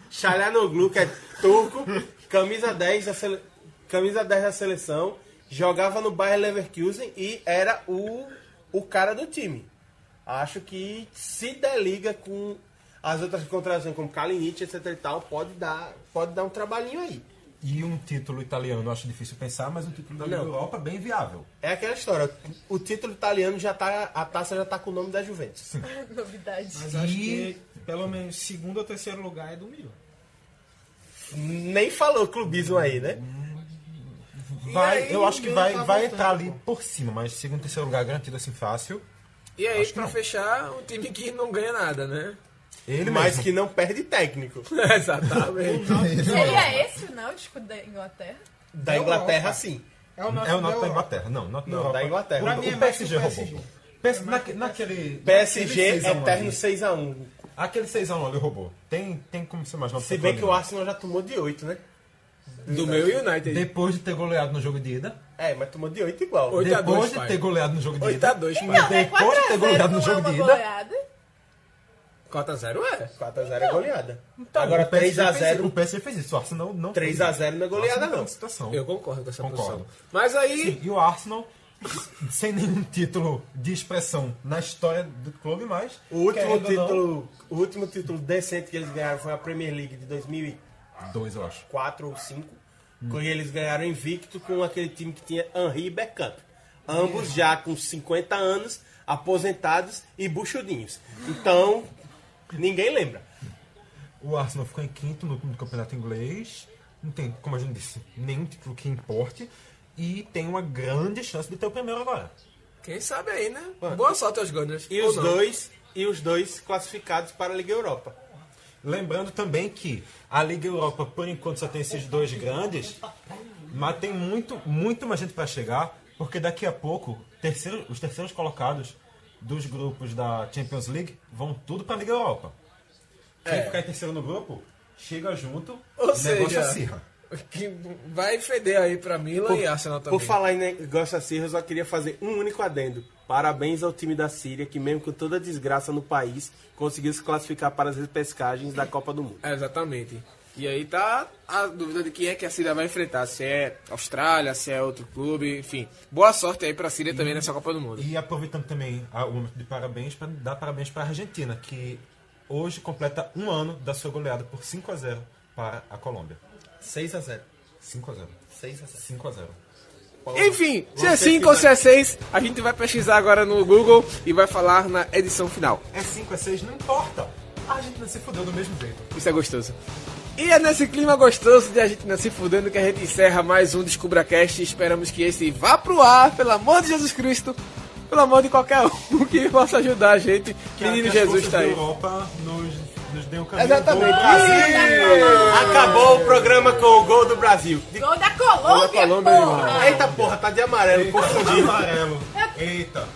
F: Shalanoglu, que é turco, camisa 10 da, sele... camisa 10 da seleção, jogava no Bayern Leverkusen e era o, o cara do time. Acho que se der liga com as outras contratações, como Kalinic, etc e tal, pode dar, pode dar um trabalhinho aí.
G: E um título italiano, eu acho difícil pensar, mas um título da Liga
F: Não.
G: Europa bem viável.
F: É aquela história, o título italiano já tá, a taça já tá com o nome da Juventus.
M: Novidade.
U: Mas acho
G: E-
U: que pelo menos segundo ou terceiro lugar é do Milan.
F: Nem falou clubismo aí, né?
G: Vai,
F: E aí,
G: eu acho que
F: ninguém
G: vai,
F: tá
G: vai
F: votando,
G: entrar ali por cima, mas segundo, terceiro lugar garantido assim fácil.
H: E aí, pra fechar, um time que não ganha nada, né?
G: Ele
F: Mas
G: mesmo.
F: que não perde técnico.
H: Exatamente.
M: Seria é esse o Náutico da Inglaterra?
F: Da Inglaterra, sim.
G: É o Náutico da Inglaterra. Não, Náutico
F: Não, da Inglaterra.
G: Pra
F: O
G: mim é mais
F: PSG
G: que o PSG roubou. PS, naque- naquele,
F: PSG
G: naquele 6x1
F: eterno
G: ali.
F: 6x1.
G: Aquele 6x1 ali roubou. Tem, tem como ser mais nota
F: Se bem que o Arsenal já tomou de 8, né?
G: Do meu United. Depois de ter goleado no jogo de ida.
F: É, mas tomou de 8 igual.
G: Depois de ter goleado no jogo de
F: tá-
G: ida.
H: 8x2,
G: pai.
M: é
G: Depois de ter goleado no jogo de ida.
H: 4x0 é.
F: 4x0 é goleada.
G: Então,
F: Agora
G: o PSG
F: 3 a 0.
G: fez- um O PSG fez isso. O Arsenal não.
F: 3 a 0 não é goleada, não.
G: Situação.
H: Eu concordo com essa
G: Concordo.
H: posição. Mas aí.
G: Sim, e o Arsenal, sem nenhum título de expressão na história do clube, mas.
F: O último,
G: então, querendo ou não,
F: título, o último título decente que eles ganharam foi a Premier League de 2002,
G: eu acho.
F: 4 ou 5.
G: Hum.
F: Quando eles ganharam invicto com aquele time que tinha Henry e Beckham. Ambos já com 50 anos, aposentados e buchudinhos. Então, ninguém lembra.
G: O Arsenal ficou em quinto no, no campeonato inglês. Não tem, como a gente disse, nenhum título que importe. E tem uma grande chance de ter o primeiro agora.
H: Quem sabe aí, né? Boa sorte aos Gunners.
F: E
H: Ou
F: os
H: não.
F: dois, e os dois classificados para a Liga Europa.
G: Lembrando também que a Liga Europa, por enquanto, só tem esses dois grandes, mas tem muito, muito mais gente para chegar, porque daqui a pouco terceiro- os terceiros colocados dos grupos da Champions League vão tudo para a Liga Europa. Quem
H: É.
G: ficar em terceiro no grupo chega junto,
H: Ou seja,
G: é acirra.
H: que vai feder aí pra Milan e Arsenal também.
F: Por falar em negócio assim, eu só queria fazer um único adendo. Parabéns ao time da Síria, que mesmo com toda a desgraça no país, conseguiu se classificar para as repescagens da Copa do Mundo.
H: É, exatamente. E aí tá a dúvida de quem é que a Síria vai enfrentar. Se é Austrália, se é outro clube, enfim. Boa sorte aí pra Síria também nessa Copa do Mundo.
G: E aproveitando também a- o momento de parabéns, para dar parabéns para a Argentina, que hoje completa um ano da sua goleada por 5 a 0 para a Colômbia.
F: 6 a 0
G: 5 a 0
F: 6 a 0
G: 5 a 0
H: Enfim, se
G: Você
H: é 5 ou se é 6, a gente vai pesquisar agora no Google e vai falar na edição final.
G: É 5 a 6, não importa. A Argentina se fudeu do mesmo jeito.
H: Isso é gostoso. E é nesse clima gostoso de a gente não se fudendo que a gente encerra mais um DescubraCast. Esperamos que esse vá pro ar, pelo amor de Jesus Cristo. Pelo amor de qualquer um que possa ajudar a gente. Menino Jesus tá aí.
G: Europa nos, nos deu o caminho.
H: Exatamente.
G: do Brasil.
F: Ih! Acabou o programa com o gol do Brasil. De-
M: Gol da Colômbia, porra!
F: Eita porra, tá de amarelo, confundido.
G: amarelo. Eita.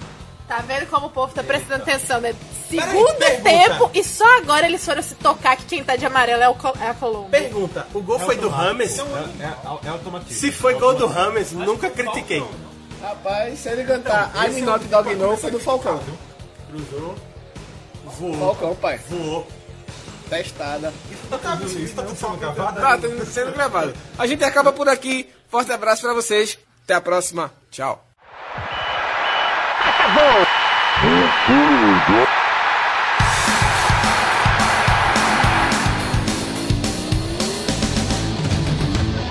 M: Tá vendo como o povo tá prestando atenção, né?
F: Peraí,
M: Segundo
F: pergunta.
M: tempo e só agora eles foram se tocar que quem tá de amarelo é, o Col- é a Colômbia.
F: Pergunta, o gol
G: É
F: foi do
G: automático.
F: Rames?
G: É, é, é automático.
F: Se foi gol do Rames, nunca critiquei.
H: Rapaz, se ele cantar I'm Not Dog No, foi do Falcão.
F: Cruzou, voou,
H: Falcão, pai.
F: voou.
H: Testada.
G: Isso tá tudo sendo gravado?
H: Tá, tá sendo gravado. A gente acaba por aqui. Forte abraço pra vocês. Até a próxima. Tchau.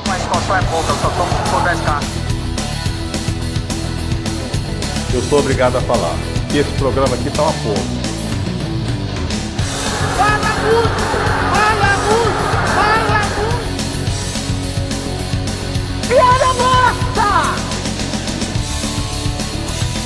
E: Mas qual só é pouca, só tomo se for 10k.
V: Eu sou obrigado a falar que esse programa aqui tá uma porra.
E: Fala muito, fala muito. Piada morta!